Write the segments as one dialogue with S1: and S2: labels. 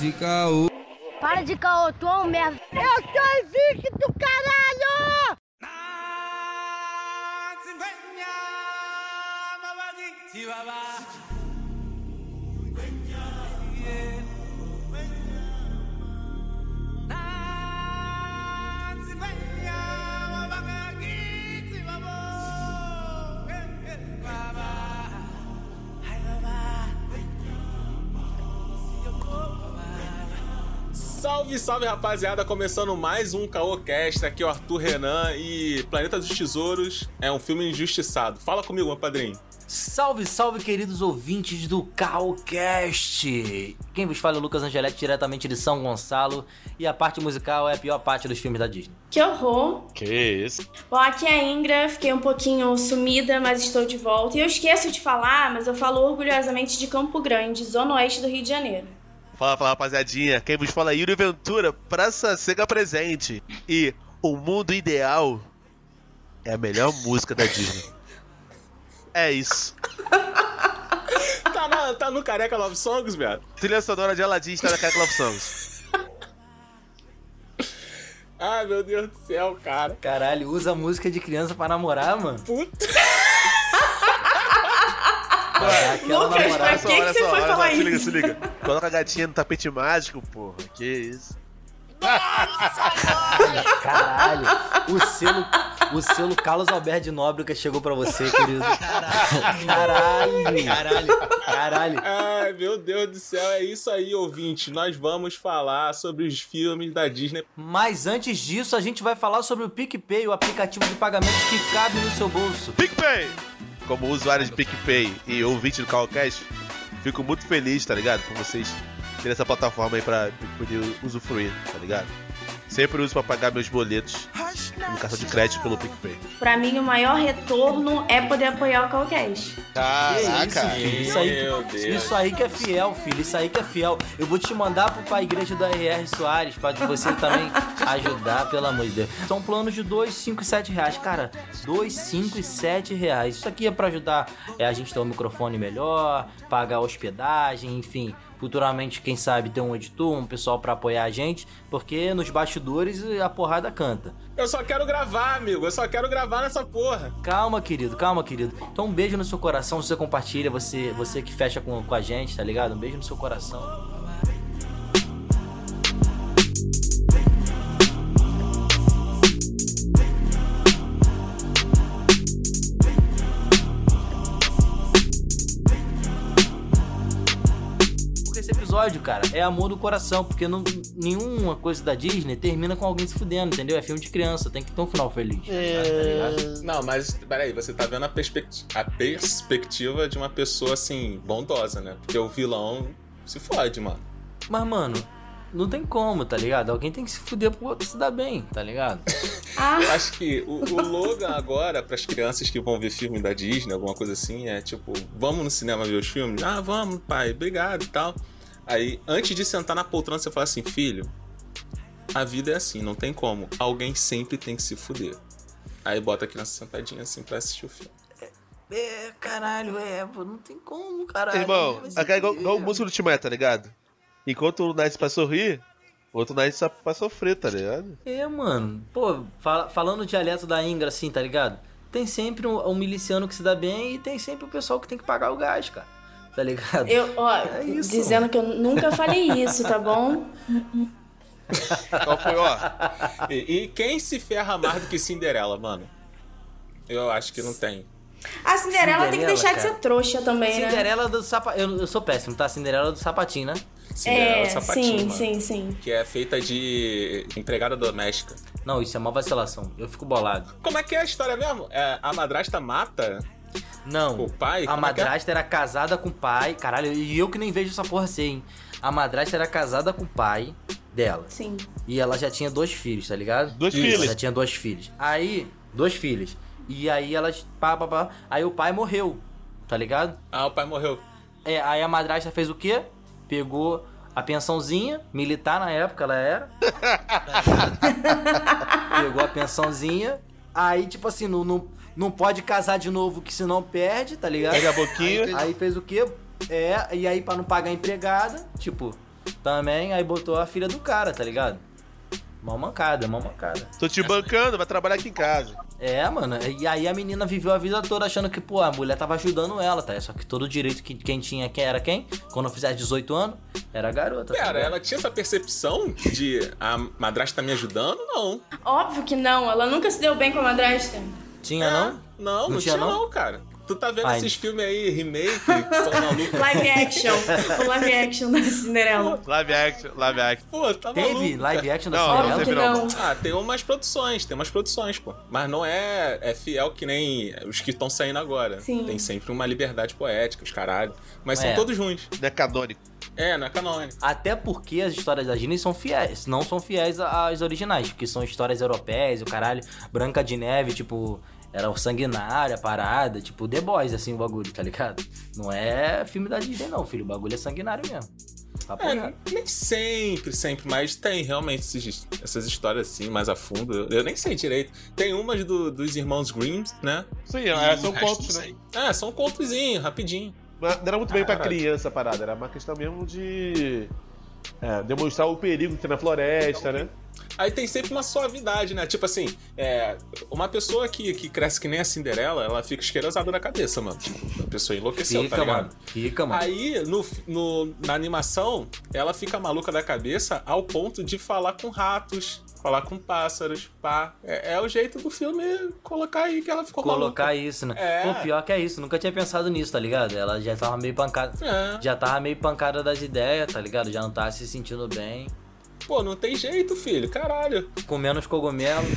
S1: de caô.
S2: Para de caô, tu é um merda.
S3: Eu sou invicto, caralho!
S4: Salve, salve rapaziada! Começando mais um Caocast, aqui é o Arthur Renan e Planeta dos Tesouros é um filme injustiçado. Fala comigo, meu padrinho.
S5: Salve, salve, queridos ouvintes do Calcast! Quem vos fala é o Lucas Angeletti, diretamente de São Gonçalo, e a parte musical é a pior parte dos filmes da Disney.
S6: Que horror!
S7: Que isso?
S6: Bom, aqui é a Ingra, fiquei um pouquinho sumida, mas estou de volta. E eu esqueço de falar, mas eu falo orgulhosamente de Campo Grande, zona oeste do Rio de Janeiro.
S8: Fala, fala, rapaziadinha. Quem vos fala é Yuri Ventura, Praça Sega Presente. E O Mundo Ideal é a melhor música da Disney. É isso.
S4: Tá, na- tá no Careca Love Songs, viado?
S8: Trilha sonora de Aladdin está na Careca Love Songs.
S4: Ai, meu Deus do céu, cara.
S5: Caralho, usa música de criança pra namorar, mano?
S4: Puta.
S5: Aquela
S6: Lucas,
S5: namorada.
S6: pra que que você foi falar
S8: Se liga,
S6: isso?
S8: se liga. Coloca a gatinha no tapete mágico, porra. Que isso.
S5: né? Caralho, o selo, o selo Carlos Alberto de Nóbrega chegou pra você, querido. Caralho, caralho, caralho.
S4: Ai, meu Deus do céu, é isso aí, ouvinte. Nós vamos falar sobre os filmes da Disney.
S5: Mas antes disso, a gente vai falar sobre o PicPay, o aplicativo de pagamentos que cabe no seu bolso.
S8: PicPay! Como usuário de PicPay e ouvinte do Calcast, fico muito feliz, tá ligado? Por vocês terem essa plataforma aí pra poder usufruir, tá ligado? Sempre uso pra pagar meus boletos no cartão de crédito pelo PicPay.
S6: Pra mim, o maior retorno é poder apoiar o Calcast.
S7: Caraca.
S5: Que isso, filho? Isso aí,
S4: Meu Deus.
S5: isso aí que é fiel, filho. Isso aí que é fiel. Eu vou te mandar pro pra igreja da R.R. Soares pra você também ajudar, pelo amor de Deus. São planos de 2, 5 e 7 reais. Cara, 2, 5 e 7 reais. Isso aqui é pra ajudar é, a gente ter um microfone melhor, pagar hospedagem, enfim. Futuramente, quem sabe, ter um editor, um pessoal pra apoiar a gente, porque nos bastidores a porrada canta.
S4: Eu só quero gravar, amigo. Eu só quero gravar nessa porra.
S5: Calma, querido, calma, querido. Então um beijo no seu coração, você compartilha, você, você que fecha com, com a gente, tá ligado? Um beijo no seu coração. Porque esse episódio, cara, é amor do coração, porque não- nenhuma coisa da Disney termina com alguém se fudendo, entendeu? É filme de criança, tem que ter um final feliz. Tá ligado?
S4: Não, mas peraí, você tá vendo a, perspec- a perspectiva de uma pessoa assim, bondosa, né? Porque o vilão se fode, mano.
S5: Mas, mano, não tem como, tá ligado? Alguém tem que se fuder pro outro se dar bem, tá ligado?
S6: Ah,
S4: Eu acho que o, o Logan agora, pras crianças que vão ver filme da Disney, alguma coisa assim, é tipo, vamos no cinema ver os filmes? Ah, vamos, pai, obrigado e tal. Aí, antes de sentar na poltrona, você fala assim, filho, a vida é assim, não tem como. Alguém sempre tem que se fuder. Aí bota a criança sentadinha assim pra assistir o filme.
S5: É, caralho, é, pô, não tem como, caralho.
S8: Irmão,
S5: Vai se
S8: aqui é igual, igual o
S5: fuder.
S8: músico do Timaya, tá ligado? Enquanto um nasce pra sorrir, outro nasce só pra sofrer, tá ligado?
S5: É, mano. Pô, fala- falando o dialeto da Ingra, assim, tá ligado? Tem sempre um, um miliciano que se dá bem e tem sempre o pessoal que tem que pagar o gás, cara. Tá ligado?
S6: eu, ó,
S5: É isso.
S6: dizendo que eu nunca falei isso, tá bom?
S8: Qual Então foi, ó?
S6: Ah.
S4: E, e quem se ferra mais do que Cinderela, mano? Eu acho que não tem.
S6: A Cinderela, tem
S5: Cinderela,
S6: que deixar de
S5: cara.
S6: ser trouxa também, né?
S5: Cinderela do sapatinho. Eu, eu sou péssimo, tá? Cinderela do sapatinho, né?
S4: Cinderela
S6: É,
S4: é, sapatinho,
S6: sim,
S4: mano.
S6: sim, sim.
S4: Que é feita de empregada doméstica.
S5: Não, isso é uma vacilação. Eu fico bolado.
S4: Como é que é a história mesmo? É, a madrasta mata
S5: Não.
S4: o pai?
S5: A
S4: Como é que é?
S5: madrasta era casada com o pai. Caralho, e eu que nem vejo essa porra ser, hein? A madrasta era casada com o pai dela.
S6: Sim.
S5: E ela já tinha dois filhos, tá ligado?
S8: Dois
S4: Isso.
S5: Ela já
S8: filhos.
S5: tinha dois filhos. Aí, dois filhos. E aí elas. Pá, pá, pá. Aí o pai morreu, tá ligado?
S4: Ah, o pai morreu.
S5: É, aí a madrasta fez o quê? Pegou a pensãozinha, militar na época ela era. Pegou a pensãozinha. Aí, tipo assim, não, não, não pode casar de novo, que senão perde, tá ligado?
S8: Pega a boquinha.
S5: Aí fez o quê? É, e aí pra não pagar a empregada, tipo, também, aí botou a filha do cara, tá ligado? Mó mancada, mó mancada.
S8: Tô te bancando, vai trabalhar aqui em casa.
S5: É, mano, e aí a menina viveu a vida toda achando que, pô, a mulher tava ajudando ela, tá? Só que todo direito que quem tinha quem era quem? Quando eu fizesse 18 anos, era a garota. tá
S4: Pera,
S5: ligado?
S4: ela tinha essa percepção de a madrasta tá me ajudando? Não.
S6: Óbvio que não, ela nunca se deu bem com a madrasta.
S5: Tinha, não?
S4: Não, não,
S5: Ah? Não
S4: tinha,
S5: tinha,
S4: não?
S5: não?
S4: cara. Tu tá vendo
S5: Ai.
S4: esses filmes aí, remake, que são malucos?
S6: Live action. o live action da Cinderela.
S8: Live action, live action.
S4: Pô, tá
S5: Teve
S4: maluco,
S5: live action da
S8: Não, não
S5: Cinderela?
S6: Óbvio
S8: teve
S6: que não.
S4: Ah, tem umas produções, tem umas produções, pô. Mas não é, é fiel que nem os que estão saindo agora.
S6: Sim.
S4: Tem sempre uma liberdade poética, os caralho. Mas são
S5: É.
S4: todos ruins.
S8: Não é canônico.
S4: É, não é canônico.
S5: Até porque as histórias da Disney são fiéis, não são fiéis às originais, porque são histórias europeias, o caralho, Branca de Neve, tipo, era o sanguinária, a parada, tipo, The Boys, assim, o bagulho, tá ligado? Não é filme da Disney, não, filho, o bagulho é sanguinário mesmo. Papo
S4: É,
S5: reto.
S4: nem sempre, sempre, mas tem realmente esses- essas histórias assim, mais a fundo. Eu, eu nem sei direito. Tem umas do- dos irmãos Grimm, né?
S8: Sim, é,
S4: o
S8: são
S4: resto
S8: contos,
S4: não
S8: né?
S4: É, são contozinhos, rapidinho.
S8: Mas Não era muito bem pra
S4: Caralho.
S8: criança a parada, era uma questão mesmo de. é, demonstrar o perigo que tem na floresta, né?
S4: Aí tem sempre uma suavidade, né? Tipo assim, é, uma pessoa que, que cresce que nem a Cinderela, ela fica esquerosada na cabeça, mano. Tipo, a pessoa enlouqueceu,
S5: Fica,
S4: tá ligado?
S5: mano. Fica, mano.
S4: Aí, no, no- na animação, ela fica maluca da cabeça ao ponto de falar com ratos, falar com pássaros, pá. É, é o jeito do filme colocar aí que ela ficou
S5: Colocar isso, né?
S4: É.
S5: Pô, pior que é isso, nunca tinha pensado nisso, tá ligado? Ela já tava meio pancada.
S4: maluca.
S5: Já tava meio pancada das ideias, tá ligado? Já não tava se sentindo bem.
S4: É. Pô, não tem jeito, filho. Caralho.
S5: comendo os cogumelos.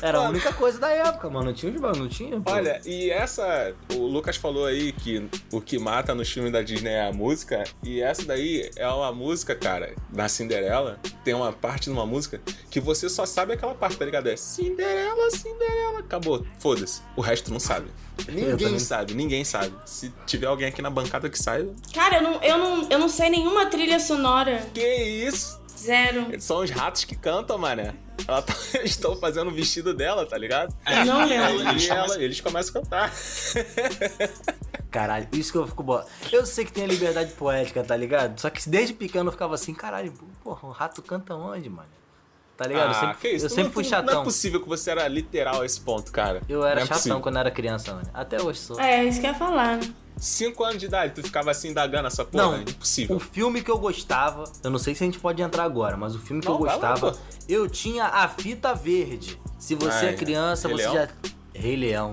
S5: Era a única coisa da época, mano. Não tinha os bagulho, não tinha. pô.
S4: Olha, e essa. O Lucas falou aí que o que mata nos filmes da Disney é a música. E essa daí é uma música, cara, da Cinderela. Tem uma parte numa música que você só sabe aquela parte, tá ligado? É Cinderela, Cinderela. Acabou. Foda-se. O resto tu não sabe.
S5: Eu
S4: Ninguém
S5: também.
S4: sabe, ninguém sabe. Se tiver alguém aqui na bancada que saiba.
S6: Cara, eu não, eu, não, eu não sei nenhuma trilha sonora.
S4: Que isso?
S6: Zero.
S4: São os ratos que cantam, mané. Ela tá- eles estão fazendo o vestido dela, tá ligado?
S6: Eu não lembro.
S4: E ela- eles começam a cantar.
S5: Tá Caralho, isso que eu fico bom. Eu sei que tem a liberdade poética, tá ligado? Só que desde pequeno eu ficava assim, caralho, porra, o rato canta onde, mano? Tá ligado? eu
S4: Ah,
S5: sempre,
S4: que isso?
S5: eu sempre
S4: Não-
S5: fui
S4: Não é
S5: chatão.
S4: possível que você era literal a esse ponto, cara.
S5: eu era
S4: Não é
S5: chatão
S4: possível.
S5: quando era criança, mano. Até hoje sou.
S6: É, isso que eu ia falar.
S4: Cinco anos de idade, tu ficava assim indagando essa porra?
S5: Não.
S4: Impossível.
S5: Um filme que eu gostava, eu não sei se a gente pode entrar agora, mas o filme que
S4: Não,
S5: eu
S4: vai lá,
S5: gostava,
S4: pô.
S5: eu tinha a fita verde. Se você
S4: Ai,
S5: é criança,
S4: Rei
S5: você
S4: Leão?
S5: já. Rei Leão.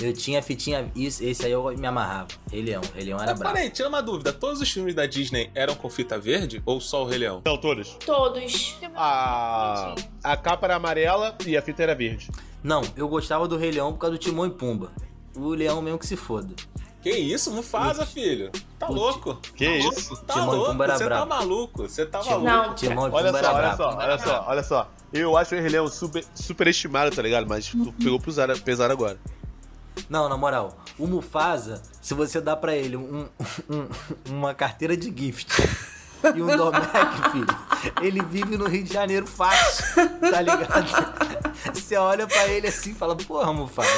S5: Eu tinha a fitinha. Isso, esse aí eu me amarrava. Rei Leão. Rei Leão era
S4: Mas
S5: brabo.
S4: peraí, tira uma dúvida. Todos os filmes da Disney eram com fita verde ou só o Rei Leão?
S8: Não, todos.
S6: Todos.
S8: A, Ah, a capa era amarela e a fita era verde.
S5: Não, eu gostava do Rei Leão por causa do Timão e Pumba. O leão mesmo que se foda.
S4: Que isso, Mufasa, filho? Tá
S5: Putz.
S4: louco?
S8: Que
S4: tá
S8: isso?
S4: Louco? Tá
S5: Timão e
S4: louco?
S5: Pumba era
S4: Você tá
S5: brabo.
S4: maluco? Você tá
S5: Timão,
S4: maluco?
S6: Não.
S5: Timão e Pumba
S8: Olha
S5: era
S8: só, olha
S5: brabo.
S8: só, olha só, olha só. Eu acho o Rei Leão super, super estimado, tá ligado? Mas tu pegou pesado, pesado agora.
S5: Não, na moral, o Mufasa, se você dá pra ele um- um- uma carteira de gift e um Domec, filho, ele vive no Rio de Janeiro fácil, tá ligado? Você olha pra ele assim e fala, porra, Mufasa,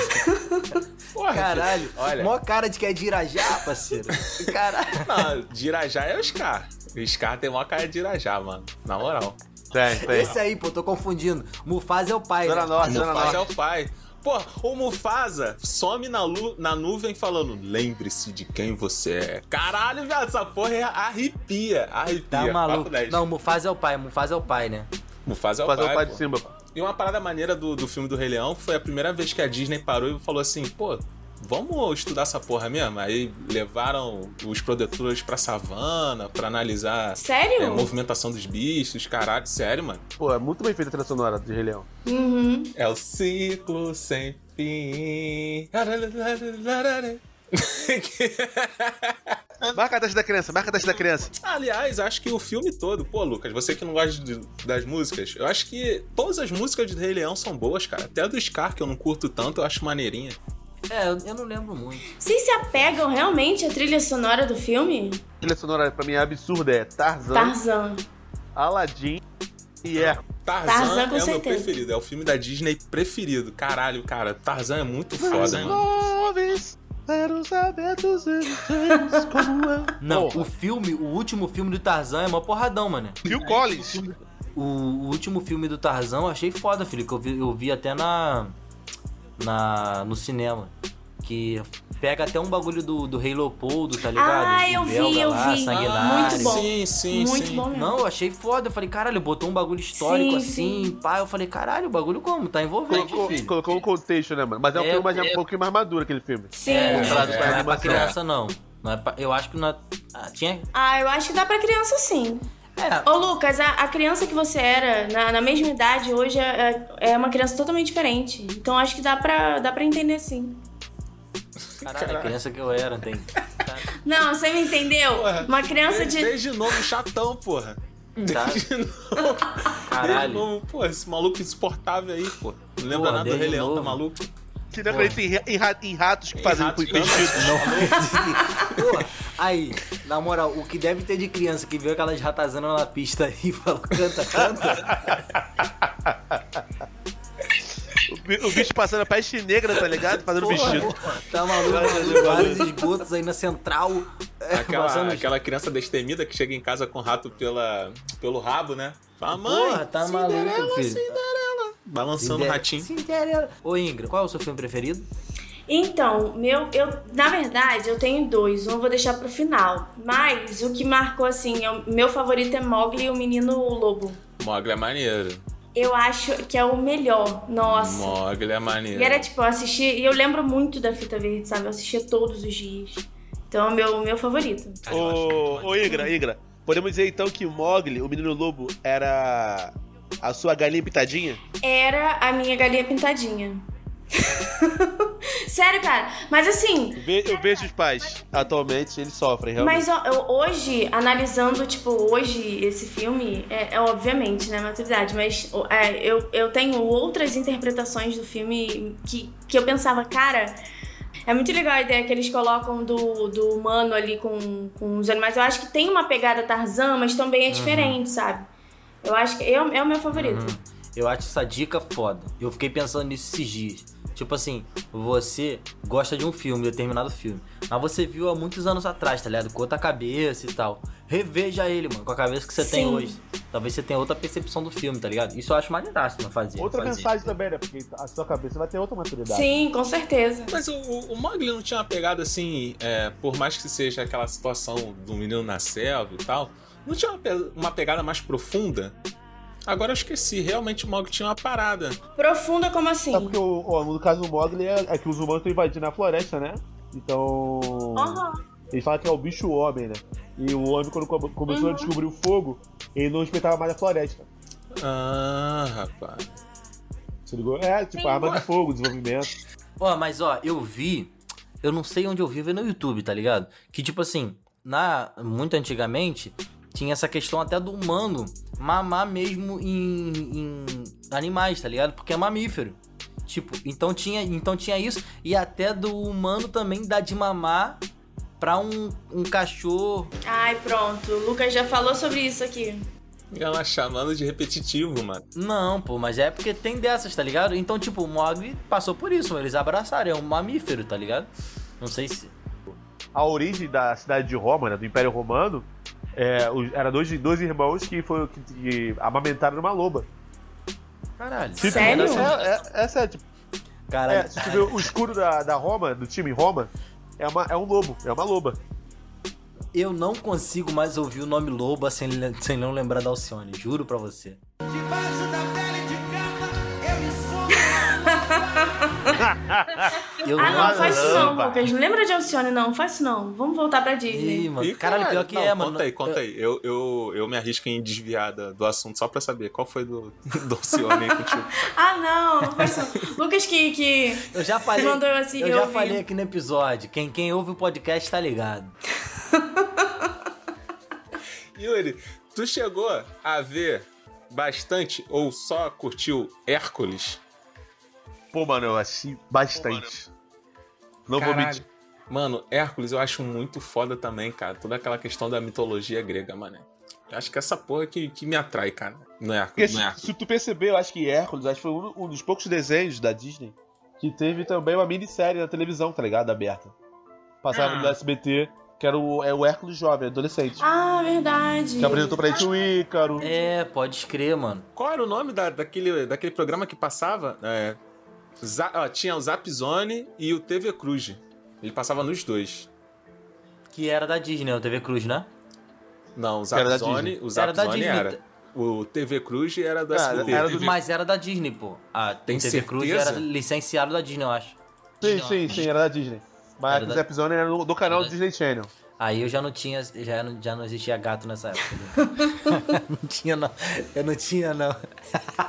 S4: Porra,
S5: caralho,
S4: filho, Olha.
S5: mó cara de que é de Irajá, parceiro. Caralho.
S4: Não, de Irajá é o Scar. O Scar tem uma cara de Irajá, mano. Na moral.
S8: Tem,
S5: Esse aí, pô, tô confundindo. Mufasa é o pai,
S8: Zona
S5: né?
S4: O
S8: Norte, Zona
S4: Mufasa é
S8: Norte.
S4: o pai. Pô, o Mufasa some na, lu- na nuvem falando: lembre-se de quem você é. Caralho, viado, essa porra é arrepia. Arrepia.
S5: Tá maluco?
S4: Papo 10.
S5: Não, Mufasa é o pai, Mufasa é o pai, né?
S4: Mufasa é o
S8: Fazer
S4: pai.
S8: o pai de
S4: pô.
S8: cima. pô.
S4: E uma parada maneira do, do filme do Rei Leão foi a primeira vez que a Disney parou e falou assim: pô, vamos estudar essa porra mesmo? Aí levaram os produtores pra savana pra analisar. é,
S6: Sério?
S4: movimentação dos bichos, caralho, sério, mano.
S8: Pô, é muito bem feita a trilha sonora de Rei Leão.
S6: Uhum.
S4: É o ciclo sem fim.
S8: Marca a taxa da criança, marca a taxa da criança.
S4: Aliás, acho que o filme todo, pô, Lucas, você que não gosta de- das músicas, eu acho que todas as músicas de Rei Leão são boas, cara. Até a do Scar, que eu não curto tanto, eu acho maneirinha.
S5: É, eu- eu não lembro muito.
S6: Vocês se apegam realmente à trilha sonora do filme?
S8: A trilha sonora pra mim é absurda, é Tarzan,
S6: Tarzan.
S8: Aladdin e é.
S4: Tarzan,
S6: Tarzan, com
S4: é o meu
S6: certeza.
S4: preferido, é o filme da Disney preferido. Caralho, cara, Tarzan é muito foda,
S8: As
S4: mano.
S8: nuvens Quero saber dos eleitores como eu.
S5: Não,
S8: Porra.
S5: o filme, o último filme do Tarzan é uma porradão, mano.
S8: Phil Collins.
S5: O, o último filme do Tarzan eu achei foda, filho, que eu vi, eu vi até na, na no cinema. Que pega até um bagulho do, do Rei Leopoldo, tá ligado?
S6: Ah,
S5: O belga
S6: eu vi, eu
S5: lá,
S6: vi.
S5: sanguinário.
S6: Muito bom.
S4: Sim, sim,
S6: Muito
S4: sim.
S6: bom mesmo.
S5: Não, eu achei foda. Eu falei, caralho, botou um bagulho histórico
S6: Sim,
S5: assim, pá. Eu falei, caralho, o bagulho como? Tá envolvente,
S8: Colocou,
S5: filho.
S8: colocou um contexto, né, mano? Mas é um
S5: É,
S8: filme mais,
S5: é.
S8: um pouquinho mais maduro, aquele filme.
S6: Sim.
S5: não
S8: Comprado um pra
S5: é pra
S8: animação.
S5: criança, não. não é pra- eu acho que não é- ah, tinha.
S6: Ah, eu acho que dá pra criança sim.
S5: É,
S6: Ô, Lucas, a, a criança que você era na, na mesma idade hoje é, é- é uma criança totalmente diferente. Então acho que dá pra, dá pra entender sim.
S5: caralho, a criança que eu era, tem. Tá,
S6: Não, você me entendeu?
S4: Porra,
S6: Uma criança
S4: desde,
S6: de.
S4: Desde novo, chatão, porra.
S5: tá,
S4: Desde novo, desde
S5: caralho.
S4: novo, porra. Esse maluco insuportável aí, pô. Não lembra
S5: Porra,
S4: nada do
S5: desde
S4: Rei Leão, tá
S5: novo.
S4: maluco?
S8: Que não acredita em, ra- em ra- em ratos que fazem
S4: ratos
S8: com
S4: que andam.
S8: intestino.
S5: Pô, aí, na moral, o que deve ter de criança que viu aquelas ratazanas na pista aí e falou, canta, canta.
S8: O bi- O bicho passando a peste negra, tá ligado? Fazendo vestido.
S5: Porra, tá maluco, vários esgotos aí na central. é,
S4: Aquela,
S5: vazando-
S4: aquela criança destemida que chega em casa com o rato pela, pelo rabo, né? Fala, mãe,
S5: Porra, tá
S4: Cinderela,
S5: maluco, filho.
S4: balançando o
S5: Cinde-
S4: ratinho.
S5: Cinderela. Ô, Ingra, qual é o seu filme preferido?
S6: Então, meu, eu, na verdade, eu tenho dois. Um eu vou deixar pro final. Mas o que marcou assim, é o- meu favorito é Mogli e o Menino Lobo.
S4: Mogli é maneiro.
S6: Eu acho que é o melhor. Nossa.
S4: Mogli é maneiro.
S6: E era tipo, eu assisti, e eu lembro muito da fita verde, sabe? Eu assistia todos os dias. Então é o meu, meu favorito.
S8: Ô, ô Igra, Igra, podemos dizer então que o Mogli, o menino lobo, era a sua galinha pitadinha?
S6: Era a minha galinha pintadinha. Sério, cara. Mas assim,
S8: Ve- Eu vejo os pais atualmente, eles sofrem, realmente.
S6: mas ó, eu- hoje, analisando, tipo, hoje esse filme, é, é obviamente, né, maturidade, mas ó, é, eu, eu tenho outras interpretações do filme que, que eu pensava, cara. É muito legal a ideia que eles colocam do, do humano ali com, com os animais. Eu acho que tem uma pegada Tarzan, mas também é diferente, sabe? Eu acho que é, o- é o meu favorito.
S5: Eu acho essa dica foda. Eu fiquei pensando nisso esses dias. Tipo assim, você gosta de um filme, determinado filme. Mas você viu há muitos anos atrás, tá ligado? Com outra cabeça e tal. Reveja ele, mano, com a cabeça que você tem
S6: Sim.
S5: hoje. Talvez você tenha outra percepção do filme, tá ligado? Isso eu acho maneiraço, não fazer. fazer.
S8: também, né? Porque a sua cabeça vai ter outra maturidade.
S6: Sim, com certeza.
S4: Mas o, o o Mogli não tinha uma pegada assim, é, por mais que seja aquela situação do menino na selva e tal, não tinha uma, pe- uma pegada mais profunda? Agora eu esqueci, realmente o Mogli tinha uma parada.
S6: Profunda como assim?
S1: Sabe porque o, ó, no caso do Mogli é, é que os humanos estão invadindo a floresta, né? Então.
S6: Aham.
S1: Eles falam que é o bicho homem, né? E o homem, quando come- começou
S6: Uhum.
S1: a descobrir o fogo, ele não respeitava mais a floresta.
S4: Ah, rapaz.
S1: Se ligou? É, tipo, arma de fogo, desenvolvimento.
S5: Ó, mas ó, eu vi. Eu não sei onde eu vi, eu vi no YouTube, tá ligado? Que tipo assim, na muito antigamente tinha essa questão até do humano mamar mesmo em, em animais, tá ligado? Porque é mamífero. Tipo, então tinha, então tinha isso e até do humano também dá de mamar pra um, um cachorro.
S6: Ai, pronto. O Lucas já falou sobre isso aqui.
S4: Ela chamando de repetitivo, mano.
S5: Não, pô, mas é porque tem dessas, tá ligado? Então, tipo, o Mogli passou por isso, eles abraçaram, é um mamífero, tá ligado? Não sei se.
S1: A origem da cidade de Roma, né? Do Império Romano, é, os- era dois, dois irmãos que, foi, que, que amamentaram uma loba.
S5: Caralho.
S1: Tipo,
S6: Sério?
S1: Essa é, é- essa é, tipo,
S5: Caralho.
S1: é, se tu vê o escudo da, da Roma, do time Roma, é, uma, é um lobo, é uma loba.
S5: Eu não consigo mais ouvir o nome Loba sem, le- sem não lembrar da Alcione, juro pra você. Eu
S6: Ah, não,
S5: não...
S6: faz isso não,
S1: caramba.
S6: Lucas. Não lembra de Alcione, não. Faz isso não. Vamos voltar pra Disney.
S5: Ih, mano.
S4: Ih,
S5: caralho, pior que
S4: não,
S5: é, mano.
S4: Conta aí, conta aí. Eu, eu, eu me arrisco em desviar da- do assunto só pra saber qual foi do, do Alcione aí contigo.
S6: Ah, não, não faz isso não. Lucas que, que
S5: Eu já falei,
S6: mandou assim,
S5: eu já
S6: vi.
S5: falei aqui no episódio. Quem, quem ouve o podcast tá ligado.
S4: Yuri, tu chegou a ver bastante ou só curtiu Hércules?
S8: Pô, mano, eu achei bastante. Não vou
S4: Caralho.
S8: mentir.
S4: Mano, Hércules eu acho muito foda também, cara. Toda aquela questão da mitologia grega, mané. Eu acho que essa porra é que, que me atrai, cara. No
S1: Porque
S4: Hércules.
S1: se,
S4: No
S8: é
S4: Hércules.
S1: se tu perceber, eu acho que Hércules acho que foi um, um dos poucos desenhos da Disney que teve também uma minissérie na televisão, tá ligado? Aberta.
S8: Ah.
S1: passava no SBT, que era o, é o Hércules Jovem, adolescente.
S6: Ah, verdade.
S1: Que apresentou pra gente o Ícaro.
S5: É, pode crer, mano.
S4: Qual era o nome da, daquele, daquele programa que passava? É, Za- ó, tinha o Zap Zone e o TV Cruz. Ele passava nos dois.
S5: Que era da Disney, o TV Cruz, né?
S4: Não, o Zap
S1: Era da
S4: Zone. O Zap
S5: Era da
S4: Zone
S5: Disney.
S4: era. O TV Cruz era do
S1: Ah,
S4: SBT.
S1: era do-
S5: Mas era da Disney, pô. Ah,
S4: Tem
S5: o TV Cruz
S4: certeza?
S5: era licenciado da Disney, eu acho.
S1: Sim, sim, sim, era da Disney. Mas
S5: Era
S1: esse
S5: da-
S1: episódio era do, do canal
S5: Era da-
S1: Disney Channel.
S5: Aí eu já não tinha, já não, já não existia gato nessa época. né? não tinha, não. Eu não tinha, não.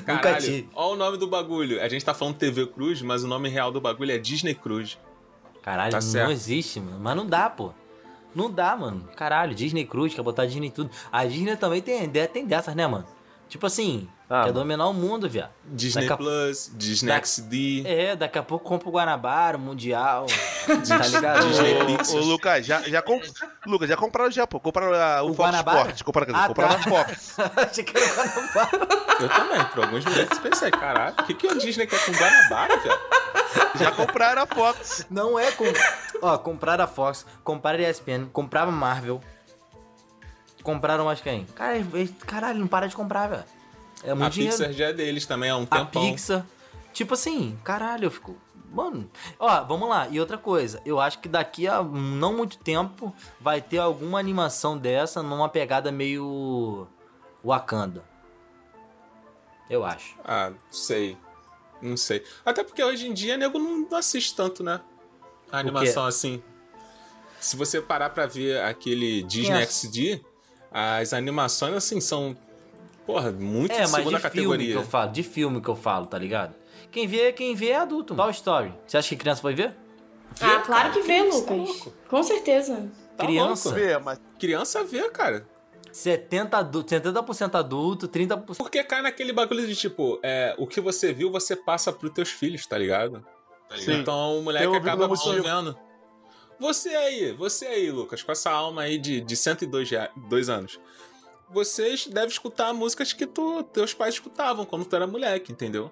S5: Nunca
S4: Caralho,
S5: tive.
S4: olha o nome do bagulho. A gente tá falando TV Cruz, mas o nome real do bagulho é Disney Cruz.
S5: Caralho,
S4: Tá
S5: não
S4: certo.
S5: existe, mano. Mas não dá, pô. Não dá, mano. Caralho, Disney Cruz, quer botar Disney em tudo. A Disney também tem, de- tem dessas, né, mano? Tipo assim, quer
S1: Ah, mano.
S5: dominar o mundo, viado.
S4: Disney
S5: Daqui a-
S4: Plus, Disney
S5: Daqui-
S4: XD.
S5: É, daqui a pouco compra o Guanabara, o Mundial. tá ligado?
S4: Disney Pixar.
S8: Ô, ô, Lucas, já, já, com... Lucas, já compraram já, pô. Compraram a- o,
S5: O
S8: Fox
S5: Guanabara?
S8: Sports. Compraram,
S5: Ah,
S8: compraram
S5: tá.
S8: a Fox.
S5: Achei que era o Guanabara.
S4: Eu também, por alguns momentos eu pensei, caralho, o que, que a Disney quer com Guanabara, velho?
S8: Já compraram a Fox.
S5: Não é com. Ó, compraram a Fox, compraram a ESPN, compraram a Marvel. Compraram mais quem? Cara, eles- caralho, não para de comprar, velho. É muito
S4: A
S5: dinheiro.
S4: Pixar já é deles também há um
S5: a
S4: tempão.
S5: Pixar. Tipo assim, caralho, eu fico. Mano, ó, vamos lá. E outra coisa, eu acho que daqui a não muito tempo vai ter alguma animação dessa numa pegada meio Wakanda. Eu acho.
S4: Ah, não sei. Não sei. Até porque hoje em dia nego não não assiste tanto, né? A animação assim. Se você parar pra ver aquele Disney
S5: ass-
S4: XD, as animações assim são porra, muito
S5: É,
S4: de
S5: mas de
S4: segunda
S5: filme que
S4: categoria.
S5: eu falo, de filme que eu falo, tá ligado? Quem vê, quem vê é adulto. Mano. Toy Story. Você acha que criança vai ver?
S4: Vê,
S6: Ah, claro que
S4: cara,
S6: vê,
S4: isso, tá
S6: Lucas.
S4: louco?
S6: Com certeza.
S4: Tá
S5: criança.
S4: louco.
S1: Vê, mas
S4: Criança vê, cara.
S5: 70 adulto, 70% adulto, 30%.
S4: Porque cai naquele bagulho de tipo, é, o que você viu, você passa pros teus filhos, tá ligado?
S1: Sim.
S4: Então o moleque
S1: Eu ouvi
S4: acaba
S1: pelo motivo.
S4: absorvendo. Você aí, você aí, Lucas, com essa alma aí de, de 102 rea- dois anos. Vocês devem escutar músicas que tu, teus pais escutavam quando tu era moleque, entendeu?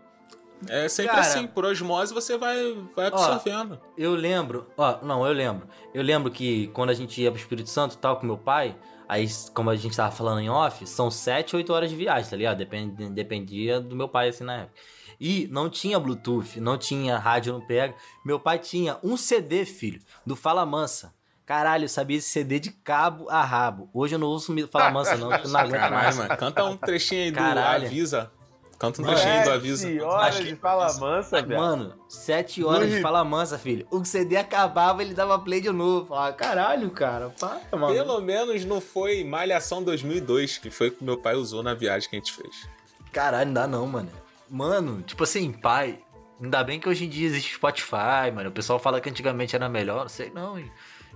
S4: É sempre
S5: Cara.
S4: assim, por osmose você vai, vai absorvendo.
S5: Eu lembro, ó, não, eu lembro. Eu lembro que quando a gente ia pro Espírito Santo e tal com meu pai, aí, como a gente tava falando em off, são 7, 8 horas de viagem, tá ligado? Depend- dependia do meu pai, assim, na época. E não tinha Bluetooth, não tinha rádio, não pega. Meu pai tinha um CD, filho, do Fala Mansa. Caralho, eu sabia esse CD de cabo a rabo. Hoje eu não ouço me- Fala Mansa, não, que eu não aguento mais.
S4: Caralho, mano, canta um trechinho aí do
S5: Caralho.
S4: Avisa. Canta um trechinho
S1: é
S4: aí do Avisa.
S1: Senhora
S5: Acho que-
S1: de fala mansa, velho.
S5: Mano, sete horas de fala mansa, filho. O CD acabava, ele dava play de novo. Ah, caralho, cara. Para, mano.
S4: Pelo menos não foi Malhação 2002, que foi o que meu pai usou na viagem que a gente fez.
S5: Caralho, não dá não, mano. Mano, tipo assim, pai. Ainda bem que hoje em dia existe Spotify, mano. O pessoal fala que antigamente era melhor, não sei não. hein.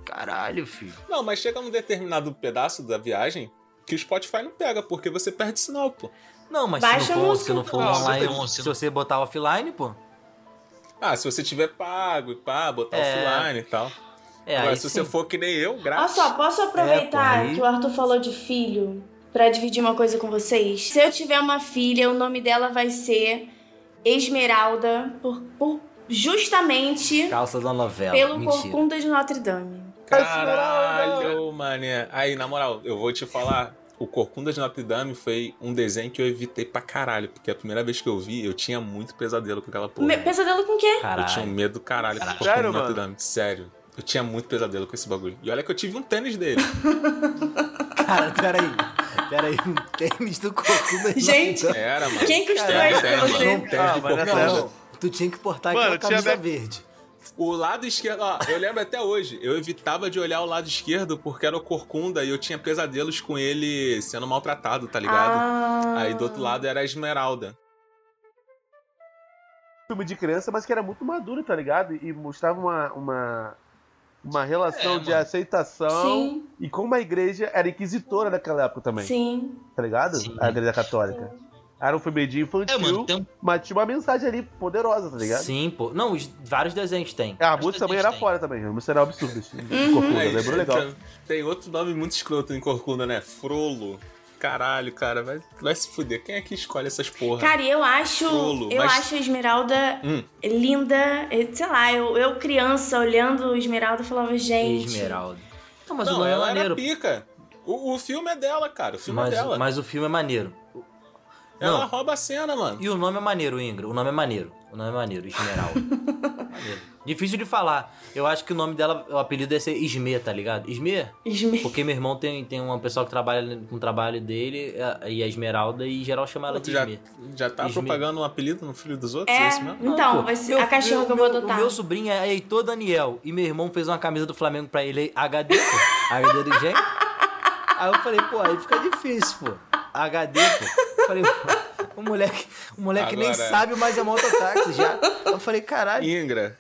S5: Caralho, filho.
S4: Não, mas chega num determinado pedaço da viagem que o Spotify não pega, porque você perde sinal, pô.
S5: Não, mas
S6: Baixa
S5: se
S6: a
S5: não for,
S6: música,
S5: se não for
S6: não.
S5: online,
S7: Não, se
S5: se
S7: não-
S5: você botar offline, pô.
S4: Ah, se você tiver pago e pá, botar
S5: É.
S4: offline e tal.
S5: É,
S4: Agora,
S5: aí
S4: se
S5: sim.
S4: você for que nem eu,
S6: Olha
S4: grátis.
S6: só, posso aproveitar
S5: É, pô, aí-
S6: que o Arthur falou de filho pra dividir uma coisa com vocês? Se eu tiver uma filha, o nome dela vai ser Esmeralda, por, por- justamente
S5: Calça da novela.
S6: pelo
S5: Mentira.
S6: Corcunda de Notre Dame.
S4: Caralho, mané. Aí, na moral, eu vou te falar. O Corcunda de Notre Dame foi um desenho que eu evitei pra caralho, porque a primeira vez que eu vi, eu tinha muito pesadelo com aquela porra.
S6: Me- Pesadelo com o quê?
S4: Eu tinha um
S5: Caralho.
S4: medo do caralho com o Corcunda
S1: Sério,
S4: de Notre
S1: mano?
S4: Dame. Sério. Eu tinha muito pesadelo com esse bagulho. E olha que eu tive um tênis dele.
S5: Cara, peraí. Peraí, um tênis do corcunda. de
S6: Gente,
S5: Notre Dame.
S4: Era, mano.
S6: Quem custou
S4: Era,
S6: isso pra
S4: era,
S6: você?
S4: mano. Um tênis
S1: Ah,
S4: de
S1: mas
S4: Corcunda.
S1: nessa
S5: Não, não. Tu tinha que portar
S8: Mano,
S5: aquela
S8: tinha
S5: camisa
S8: dec-
S5: verde.
S4: O lado esquerdo, ó, eu lembro até hoje, eu evitava de olhar o lado esquerdo porque era o corcunda e eu tinha pesadelos com ele sendo maltratado, tá ligado?
S6: Ah,
S4: Aí do outro lado era a esmeralda.
S1: filme de criança, mas que era muito maduro, tá ligado? E mostrava uma, uma, uma relação
S7: É,
S1: de
S7: mano.
S1: aceitação
S6: Sim,
S1: e como a igreja era inquisitora naquela época também,
S6: sim.
S1: tá ligado?
S7: Sim.
S1: A igreja católica. Era um filme de infantil,
S7: É, mano, tem um
S1: mas tinha uma mensagem ali poderosa, tá ligado?
S5: Sim, pô. Não, os- vários desenhos tem.
S1: A
S7: Mas
S1: música também
S7: tem,
S1: era
S7: tem.
S1: fora também, a música era um
S7: Uhum.
S5: É
S1: absurda. Corcunda,
S4: Aí,
S1: Hum. lembrou legal.
S4: Tem outro nome muito escroto em corcunda, né? Frolo. Caralho, cara, vai, vai se fuder. Quem é que escolhe essas porra?
S6: Cara, e eu acho.
S4: Tolo,
S6: eu
S4: mas-
S6: acho a Esmeralda
S4: Hum.
S6: linda. Eh, Sei lá, eu, eu criança olhando Esmeralda eu falava, gente.
S5: Esmeralda. Não, mas o
S4: não,
S5: Lohan é
S4: ela era
S5: maneiro.
S4: pica. O, o filme é dela, cara. O filme
S5: Mas,
S4: é dela.
S5: mas o filme é maneiro.
S4: Ela
S5: Não.
S4: rouba a cena, mano.
S5: E o nome é maneiro, Ingra. O nome é maneiro. O nome é maneiro, Esmeralda. maneiro. Difícil de falar. Eu acho que o nome dela, o apelido é ser Ismê, tá ligado? Ismê?
S6: Esme-
S5: Porque meu irmão tem, tem uma pessoa que trabalha com o trabalho dele, a- e a Esmeralda, e geral chama ela
S4: Tu
S5: de
S4: já,
S5: Ismê.
S4: já tá
S5: Esme.
S4: propagando um apelido no filho dos outros? É,
S6: É,
S4: isso mesmo?
S5: Não,
S6: então,
S5: pô.
S6: vai ser
S5: Meu-
S6: a cachorra
S5: meu-
S6: que eu vou
S5: meu-
S6: adotar.
S5: O meu sobrinho é Heitor Daniel. E meu irmão fez uma camisa do Flamengo pra ele, HD, pô. HD do Gen. Aí eu falei, pô, aí fica difícil, pô. HD, pô. Eu Falei, pô, o moleque, o moleque nem
S4: Agora-
S5: sabe, mas é mototáxi já. Eu falei, caralho.
S4: Ingra.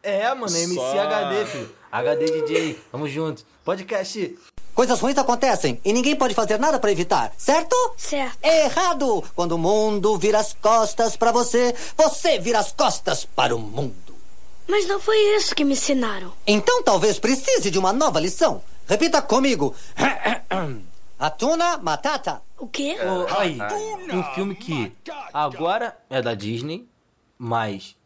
S5: É, mano, é MC
S4: Só-
S5: HD, filho. HD DJ, vamos junto. Podcast.
S7: Coisas ruins acontecem e ninguém pode fazer nada pra evitar, certo?
S2: Certo.
S7: Errado! Quando o mundo vira as costas pra você, você vira as costas para o mundo.
S2: Mas não foi isso que me ensinaram.
S7: Então talvez precise de uma nova lição. Repita comigo. Atuna matata.
S2: O quê?
S5: Ô, aí, um filme que agora é da Disney, mas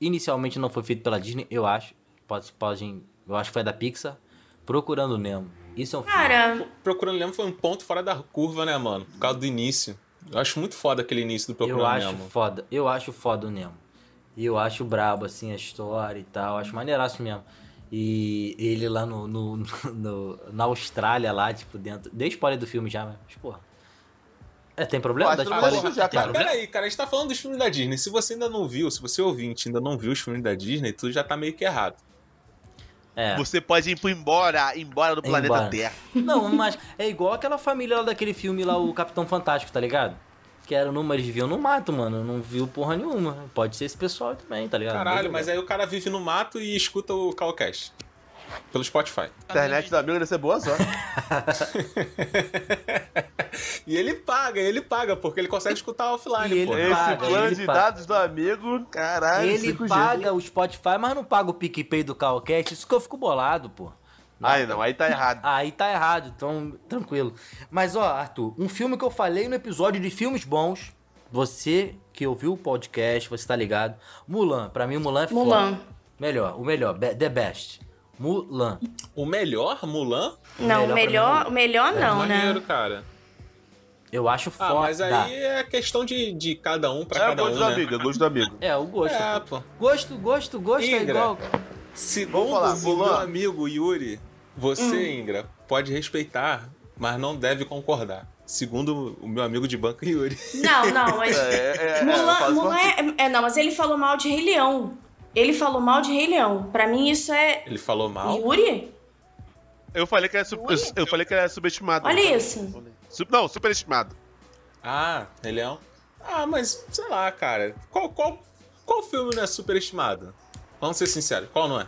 S5: inicialmente não foi feito pela Disney, eu acho. Pode, pode, eu acho que foi da Pixar. Procurando Nemo. Isso é um filme.
S6: Cara,
S4: Procurando Nemo foi um ponto fora da curva, né, mano? Por causa do início. Eu acho muito foda aquele início do
S5: Eu
S4: Procurando
S5: acho
S4: Nemo.
S5: foda. Eu acho foda o Nemo. E eu acho brabo, assim, a história e tal. Acho maneiraço mesmo. E ele lá no, no- no- na Austrália, lá, tipo, dentro. Dei spoiler do filme já, mas, porra. É, tem problema?
S1: Pô,
S5: Dá
S1: acho que
S5: spoiler?
S1: não vai sujar,
S5: Tem
S1: cara.
S5: problema?
S4: Peraí, cara, a gente tá falando dos filmes da Disney. Se você ainda não viu, se você é ouvinte ainda não viu os filmes da Disney, tu já tá meio que errado.
S5: É.
S8: Você pode ir pro embora, embora do
S5: É
S8: planeta
S5: embora.
S8: Terra.
S5: Não, mas é igual aquela família lá daquele filme lá, o Capitão Fantástico, tá ligado? Que era numa, eles viviam no mato, mano. Não viu porra nenhuma. Pode ser esse pessoal também, tá ligado?
S4: Caralho, mas
S5: é.
S4: aí o cara vive no mato e escuta o Calcast. Pelo Spotify.
S1: Internet do amigo deve ser boa só.
S4: E ele paga, ele paga, porque ele consegue escutar offline,
S5: E ele-
S4: pô.
S5: Ele
S1: Esse
S5: paga,
S1: plano
S5: ele
S1: de
S5: paga.
S1: dados do amigo, caralho,
S5: Ele
S1: 5G.
S5: paga o Spotify, mas não paga o PicPay do Calcast. Isso que eu fico bolado, pô.
S1: Aí não, aí tá errado.
S5: Aí tá errado, então tranquilo. Mas ó, Arthur, um filme que eu falei no episódio de filmes bons. Você que ouviu o podcast, você tá ligado. Mulan, pra mim Mulan é foda.
S6: Mulan.
S5: Melhor, o melhor, be- the best. Mulan.
S4: O melhor, Mulan?
S6: Não,
S5: Melhor
S6: o melhor,
S5: pra
S6: o melhor não,
S4: É Maneiro,
S6: né?
S4: cara.
S5: Eu acho foda.
S4: Ah, mas aí é questão de, de cada um pra
S1: É o
S4: cada um,
S1: gosto do
S4: né?
S1: amigo, é o gosto do amigo.
S5: É, o gosto.
S4: É, pô.
S5: Gosto, gosto, gosto é
S4: Ingra.
S5: igual.
S4: Segundo
S1: falar,
S4: o meu
S1: Mulan.
S4: amigo Yuri, você,
S5: Hum.
S4: Ingra, pode respeitar, mas não deve concordar. Segundo o meu amigo de banco Yuri.
S6: Não, não, mas.
S1: É, é, é, eu
S6: Mulan,
S1: faço
S6: Mulan
S1: uma-
S6: é, é. Não, mas ele falou mal de Rei Leão. Ele falou mal de Rei Leão. Pra mim, isso é.
S4: Ele falou mal.
S6: Yuri?
S8: Eu falei que era, sub- eu, eu falei que era subestimado.
S6: Olha isso.
S8: Sub- não, superestimado.
S4: Ah, Rei Leão. Ah, mas sei lá, cara. Qual, qual, qual filme não é superestimado? Vamos ser sinceros, qual não é?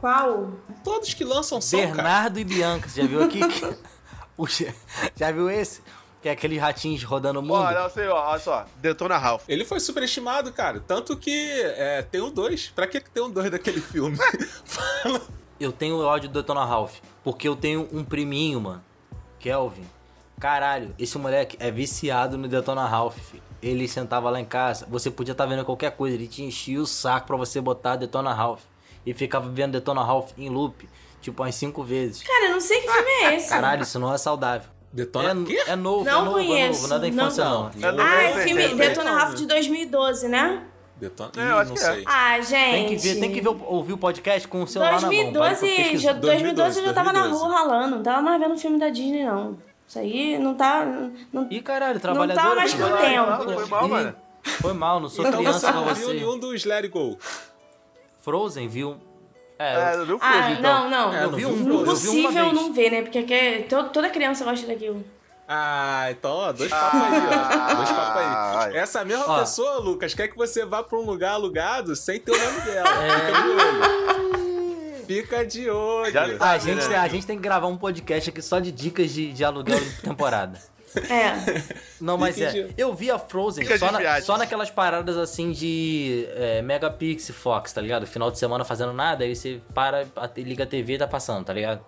S6: Qual?
S4: Todos que lançam são, um cara.
S5: Bernardo e Bianca, você já viu aqui? O che- já viu esse? Que é aqueles ratinhos rodando o mundo.
S1: Ó, não sei, ó, olha só.
S8: Dentona Ralph.
S4: Ele foi superestimado, cara. Tanto que é, tem um dois. Pra que tem um dois daquele filme? Fala.
S5: Eu tenho ódio do Detona Ralph, porque eu tenho um priminho, mano. Kelvin. Caralho, esse moleque é viciado no Detona Ralph, filho. Ele sentava lá em casa, você podia estar vendo qualquer coisa, ele te enchia o saco pra você botar Detona Ralph. E ficava vendo Detona Ralph em loop, tipo umas cinco vezes.
S6: Cara, eu não sei que filme é esse.
S5: Caralho, isso não é saudável.
S4: Detona
S5: É,
S4: quê?
S5: é novo,
S6: Não
S5: é novo, é novo,
S6: conheço,
S5: não é da infância não.
S4: não.
S5: Jogo-
S1: Não
S6: Ah,
S1: sei,
S6: o filme
S1: não sei.
S6: Detona Ralph de 2012, né?
S4: Detona...
S1: É, eu
S4: Ih,
S1: acho
S4: não
S1: que é.
S4: sei.
S6: Ah, gente.
S5: Tem que ver, tem que ver, o- ouvir o podcast com o celular na mão. para
S6: 2012, já,
S5: pesquisar.
S6: 2012 eu já
S4: 2012.
S6: tava na rua ralando, não tava mais vendo filme da Disney, não. Isso aí não tá. Não...
S5: Ih, caralho,
S6: tava
S5: trabalhador.
S6: mais
S5: filho.
S6: com
S5: Caralho,
S6: tempo.
S5: caralho,
S1: Foi mal,
S5: Ih,
S1: mano.
S5: Foi mal, não sou
S4: Então
S5: criança
S4: você
S5: igual
S4: não viu
S5: você.
S4: nenhum dos Let It Go.
S5: Frozen viu.
S1: É,
S5: É, eu-
S1: não viu
S6: Ah,
S1: Frozen,
S6: não,
S1: então.
S6: não.
S4: É,
S5: eu, vi um, eu vi uma
S6: Impossível
S5: vez.
S6: não ver, né? Porque aqui é- to- toda criança gosta daquilo.
S4: Ah, então, ó, dois papos aí, ó. Dois papos aí.
S1: Ai.
S4: Essa mesma
S5: Ó.
S4: pessoa, Lucas, quer que você vá pra um lugar alugado sem ter o nome dela.
S5: É.
S4: Fica de olho. Fica
S1: Já-
S4: de
S1: né?
S4: olho.
S5: Ah, a, gente, a gente tem que gravar um podcast aqui só de dicas de, de aluguel de temporada.
S6: É.
S5: Não, mas é.
S4: Entendi.
S5: Eu vi a Frozen
S8: Dicas
S5: só,
S8: de
S5: na-
S8: viagens.
S5: só naquelas paradas assim de é, Megapix e Fox, tá ligado? Final de semana fazendo nada, aí você para, a- liga a TV e tá passando, tá ligado?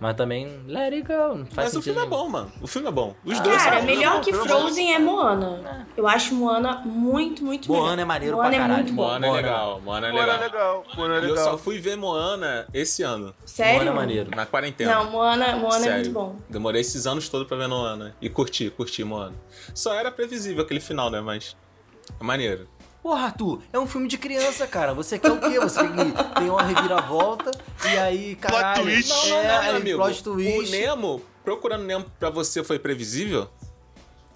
S5: Mas também, let it go, não faz
S4: Mas o
S5: sentido
S4: filme é
S5: nenhum.
S4: bom, mano. O filme é bom.
S5: Ah,
S4: Os dois
S6: Cara,
S4: são
S6: melhor
S4: bons.
S6: que Frozen é Moana. Eu acho Moana muito, muito
S5: Moana
S6: melhor.
S5: é maneiro
S6: Moana
S5: pra
S6: é
S5: caralho.
S6: muito bom.
S4: Moana é legal, Moana é
S1: Mano, é
S4: legal.
S1: legal. Mano, é
S6: Tá
S4: Eu
S1: legal.
S4: só fui ver Moana esse ano,
S6: Sério?
S5: Moana é maneiro.
S4: na quarentena.
S6: Não, Moana, Moana
S4: Sério.
S6: é muito bom.
S4: Demorei esses anos todos pra ver Moana. E curti, curti Moana. Só era previsível aquele final, né? Mas. É maneiro.
S5: Porra, Arthur, é um filme de criança, cara. Você quer o quê? Você tem, que- tem uma reviravolta e aí, caralho...
S8: twist.
S5: Não,
S6: É,
S4: É,
S5: não, não, aí plot twist.
S4: O Nemo, procurando Nemo pra você foi previsível?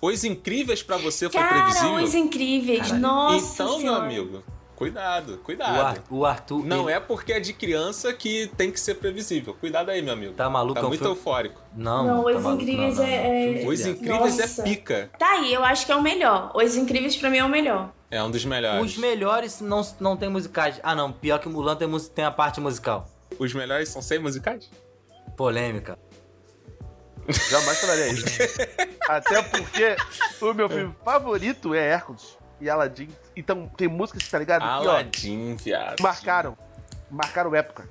S4: Os Incríveis pra você foi
S6: Cara,
S4: é previsível?
S6: os incríveis. Nossa
S4: então, meu
S6: Senhora.
S4: amigo, cuidado,
S5: O,
S4: cuidado.
S5: Ar, o Arthur...
S4: Não
S5: ele-
S4: é porque é de criança que tem que ser previsível. Cuidado aí, meu amigo.
S5: Tá maluco?
S4: Tá
S5: é um
S4: muito
S5: filme-
S4: eufórico.
S5: Não,
S6: Não,
S5: tá
S6: Os
S5: maluco,
S6: Incríveis
S5: não, não,
S6: é-
S5: não.
S6: é-
S5: Filme de
S4: Os
S5: criança.
S4: Incríveis
S6: Nossa.
S4: é pica.
S6: Tá aí, eu acho que é o melhor. Os Incríveis pra mim é o melhor.
S4: É um dos melhores.
S5: Os melhores não, não tem musicais. Ah, não. Pior que Mulan tem, mus- tem a parte musical.
S4: Os melhores são sem musicais?
S5: Polêmica.
S1: Jamais falaria isso. Até porque o
S8: É.
S1: meu filme favorito é Hércules e Aladdin. Então tem músicas, tá ligado? Que, ó,
S4: Aladdin, viado.
S1: marcaram. Marcaram época.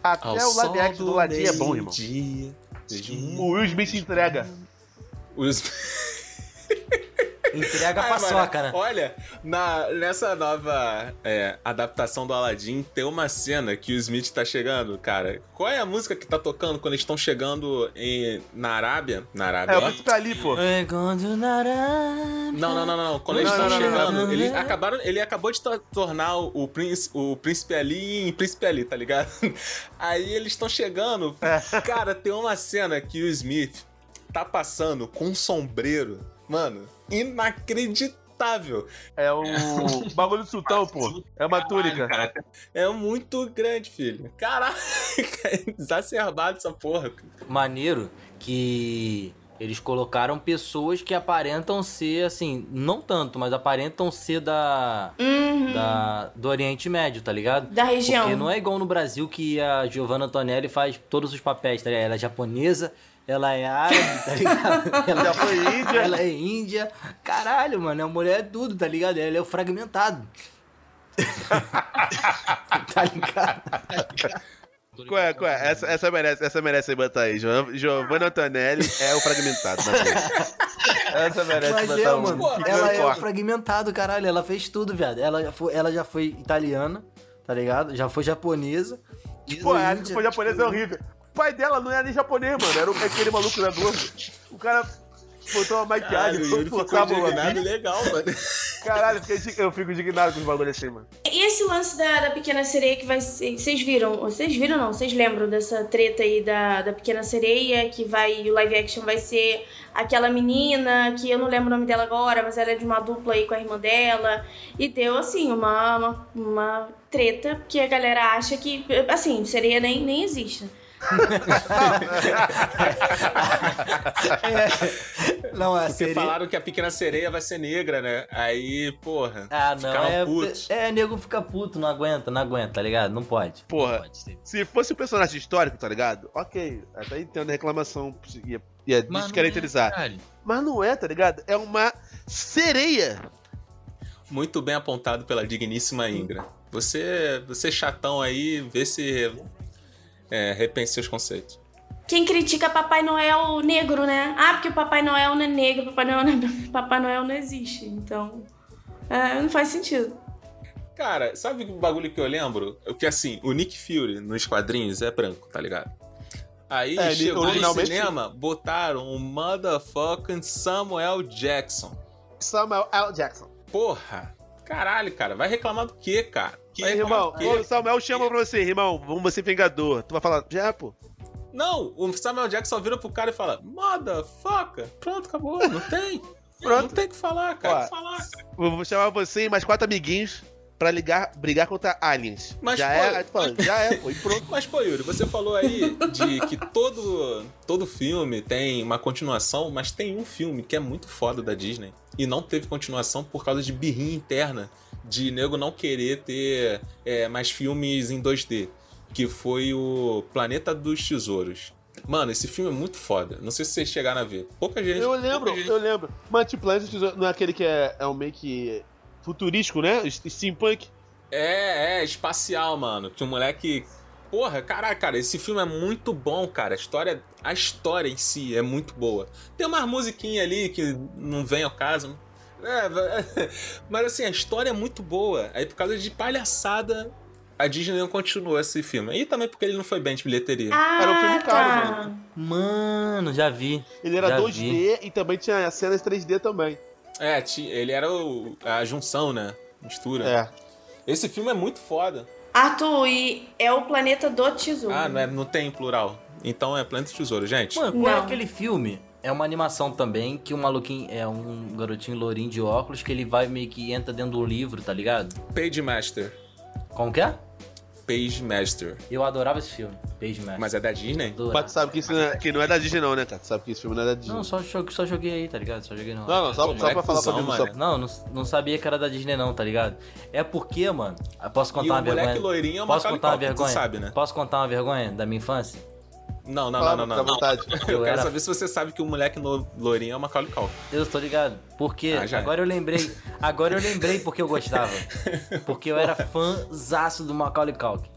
S1: Até
S4: Ao
S1: o
S4: sol
S1: live action do Aladdin é bom, irmão.
S4: meio-dia.
S1: O Will Smith entrega.
S4: Os...
S5: Entrega a
S4: Ai, mano, é
S5: paçoca, né?
S4: Olha, na, nessa nova é, adaptação do Aladdin, tem uma cena que o Smith tá chegando, cara. Qual é a música que tá tocando quando eles estão chegando em- na Arábia? Na Arábia,
S1: É o
S4: ó.
S1: príncipe ali, pô.
S4: Não, não, não, não. Quando eles
S1: Não,
S4: estão
S1: não, não, não,
S4: chegando,
S5: não.
S4: Ele, acabaram, ele acabou de to- tornar o, príncipe, o príncipe ali em príncipe ali, tá ligado? Aí eles estão chegando.
S1: É.
S4: Cara, tem uma cena que o Smith tá passando com um sombreiro, mano, inacreditável.
S1: É o bagulho do sultão, pô. É uma túnica.
S9: Cara, até
S4: É muito grande, filho. Caraca, é exacerbado essa porra.
S5: Maneiro que eles colocaram pessoas que aparentam ser, assim, não tanto, mas aparentam ser da,
S6: Uhum.
S5: da do Oriente Médio, tá ligado?
S6: Da região.
S5: Porque não é igual no Brasil que a Giovanna Antonelli faz todos os papéis, tá ligado? Ela é japonesa, ela é árabe, tá ligado? Ela
S1: Já foi Índia.
S5: Ela é índia. Caralho, mano, a mulher é tudo, tá ligado? Ela é o fragmentado. tá ligado?
S8: Qual é, qual é? Essa, essa merece, essa merece botar aí. Gio- Giovanna Antonelli é o fragmentado. na frente.
S1: Essa merece
S5: Mas
S1: botar
S5: é,
S1: um-
S5: mano.
S1: um
S5: Ela é o
S1: corte.
S5: fragmentado, caralho. Ela fez tudo, viado. Ela já foi, ela já foi italiana, tá ligado? Já foi japonesa.
S1: Pô, a Alice
S5: tipo,
S1: foi japonesa é horrível. O pai dela não era nem japonês, mano. Era o- aquele maluco da Globo. O cara botou uma
S4: Caralho,
S1: maquiagem,
S4: o
S1: todo
S4: Yuri ficou
S1: forçado, mano.
S4: indignado legal, mano.
S1: Caralho, eu fiquei- eu fico indignado com os bagulhos assim, mano.
S6: E esse lance da, da Pequena Sereia que vai ser. Vocês viram? Vocês viram não? Vocês lembram dessa treta aí da, da Pequena Sereia que vai. O live action vai ser aquela menina que eu não lembro o nome dela agora, mas ela é de uma dupla aí com a irmã dela. E deu, assim, uma, uma, uma treta que a galera acha que. Assim, sereia nem, nem existe. né?
S5: Não, é a
S4: Porque
S5: sereia.
S4: falaram que a pequena sereia vai ser negra, né? Aí, porra.
S5: Ah, não.
S4: Ficaram
S5: É,
S4: putos.
S5: é, nego fica puto, não aguenta, não aguenta, tá ligado? Não pode.
S8: Porra,
S9: pode ser.
S8: se fosse um personagem histórico, tá ligado? Ok, até entendo a reclamação. Ia, ia
S9: Mas não é,
S8: descaracterizar.
S9: caralho.
S8: Mas não é, tá ligado? É uma sereia.
S4: Muito bem apontado pela digníssima Ingra. Você, você chatão aí, vê se é, repense seus conceitos.
S6: Quem critica Papai Noel negro, né? Ah, porque o Papai Noel não é negro, Papai Noel não, Papai Noel não existe. Então. é, não faz sentido.
S4: Cara, sabe o bagulho que eu lembro? Que assim, o Nick Fury nos quadrinhos é branco, tá ligado? Aí
S1: É, ele-
S4: chegou no
S1: originalmente-
S4: cinema, botaram um motherfucking Samuel Jackson.
S1: Samuel L. Jackson.
S4: Porra! Caralho, cara, vai reclamar do quê, cara? Vai reclamar
S1: irmão,
S4: do quê?
S8: Quando o Samuel chama pra você, irmão, vamos ser vingador. Tu vai falar, já, é, pô.
S4: Não, o Samuel Jackson vira pro cara e fala: Motherfucker! Pronto, acabou, não tem. Não tem o que falar, cara.
S8: Ó,
S4: Tem que falar.
S8: Eu vou chamar você e mais quatro amiguinhos pra ligar, brigar contra aliens.
S4: Mas,
S8: já
S4: pô,
S8: é, aí tu fala, já é, pô, e pronto.
S4: Mas, pô, Yuri, você falou aí de que todo, todo filme tem uma continuação, mas tem um filme que é muito foda da Disney e não teve continuação por causa de birrinha interna, de nego não querer ter é, mais filmes em 2D, que foi o Planeta dos Tesouros. Mano, esse filme é muito foda. Não sei se vocês chegaram a ver. Pouca gente.
S1: Eu lembro,
S4: pouca gente-
S1: eu lembro. Mas, tipo, Planet não é aquele que é, é um meio que futurístico, né? Steampunk.
S4: É, é, espacial, mano. Que o moleque. porra, caralho, cara, esse filme é muito bom, cara. A história, a história em si é muito boa. Tem umas musiquinhas ali que não vem ao caso. né? mas assim, a história é muito boa. Aí por causa de palhaçada, a Disney não continuou esse filme. E também porque ele não foi bem de bilheteria.
S6: Ah,
S1: Era um filme caro,
S6: tá.
S5: Mano, já vi.
S1: Ele era
S5: Já
S1: 2D e também tinha cenas 3D também.
S4: É, ti- ele era o- a junção, né? Mistura.
S1: É.
S4: Esse filme é muito foda.
S6: Arthur, e é o planeta do tesouro.
S4: Ah, não, é, não tem plural. Então é Planeta do Tesouro, gente.
S5: Mano, qual é
S6: Não.
S5: aquele filme? É uma animação também que o maluquinho é um garotinho lourinho de óculos que ele vai meio que entra dentro do livro, tá ligado?
S4: Page Master.
S5: Como que é?
S4: Page Master.
S5: Eu adorava esse filme. Beijo, mestre.
S4: Mas é da Disney?
S5: Adorava.
S8: Mas tu sabe que isso não é, que não é da Disney, não, né, cara? Tu sabe que esse filme não é da Disney.
S5: Não, só, jo- só joguei aí, tá ligado? Só joguei não.
S8: Não, não, só, só
S4: Pô,
S8: pra
S4: moleque
S8: falar pra
S4: cuzão,
S8: mim.
S4: mano.
S8: Só...
S5: é, Não, não, não sabia que era da Disney não, tá ligado? É porque, mano, eu posso contar
S4: E o
S5: uma
S4: moleque
S5: vergonha.
S4: loirinho é o
S5: posso
S4: Macaulay
S5: contar uma
S4: Culkin, tu
S5: vergonha?
S4: sabe, né?
S5: Posso contar uma vergonha da minha infância?
S4: Não, não,
S8: Fala,
S4: não, não,
S8: fica à
S4: não.
S8: vontade.
S4: Eu,
S5: Eu
S4: quero
S5: era-
S4: saber se você sabe que o moleque no loirinho é o Macaulay Culkin.
S5: Eu tô ligado. Porque
S4: Ah, já
S5: agora eu lembrei. Agora eu lembrei porque eu gostava. Porque eu era fãzaço do Macaulay Culkin.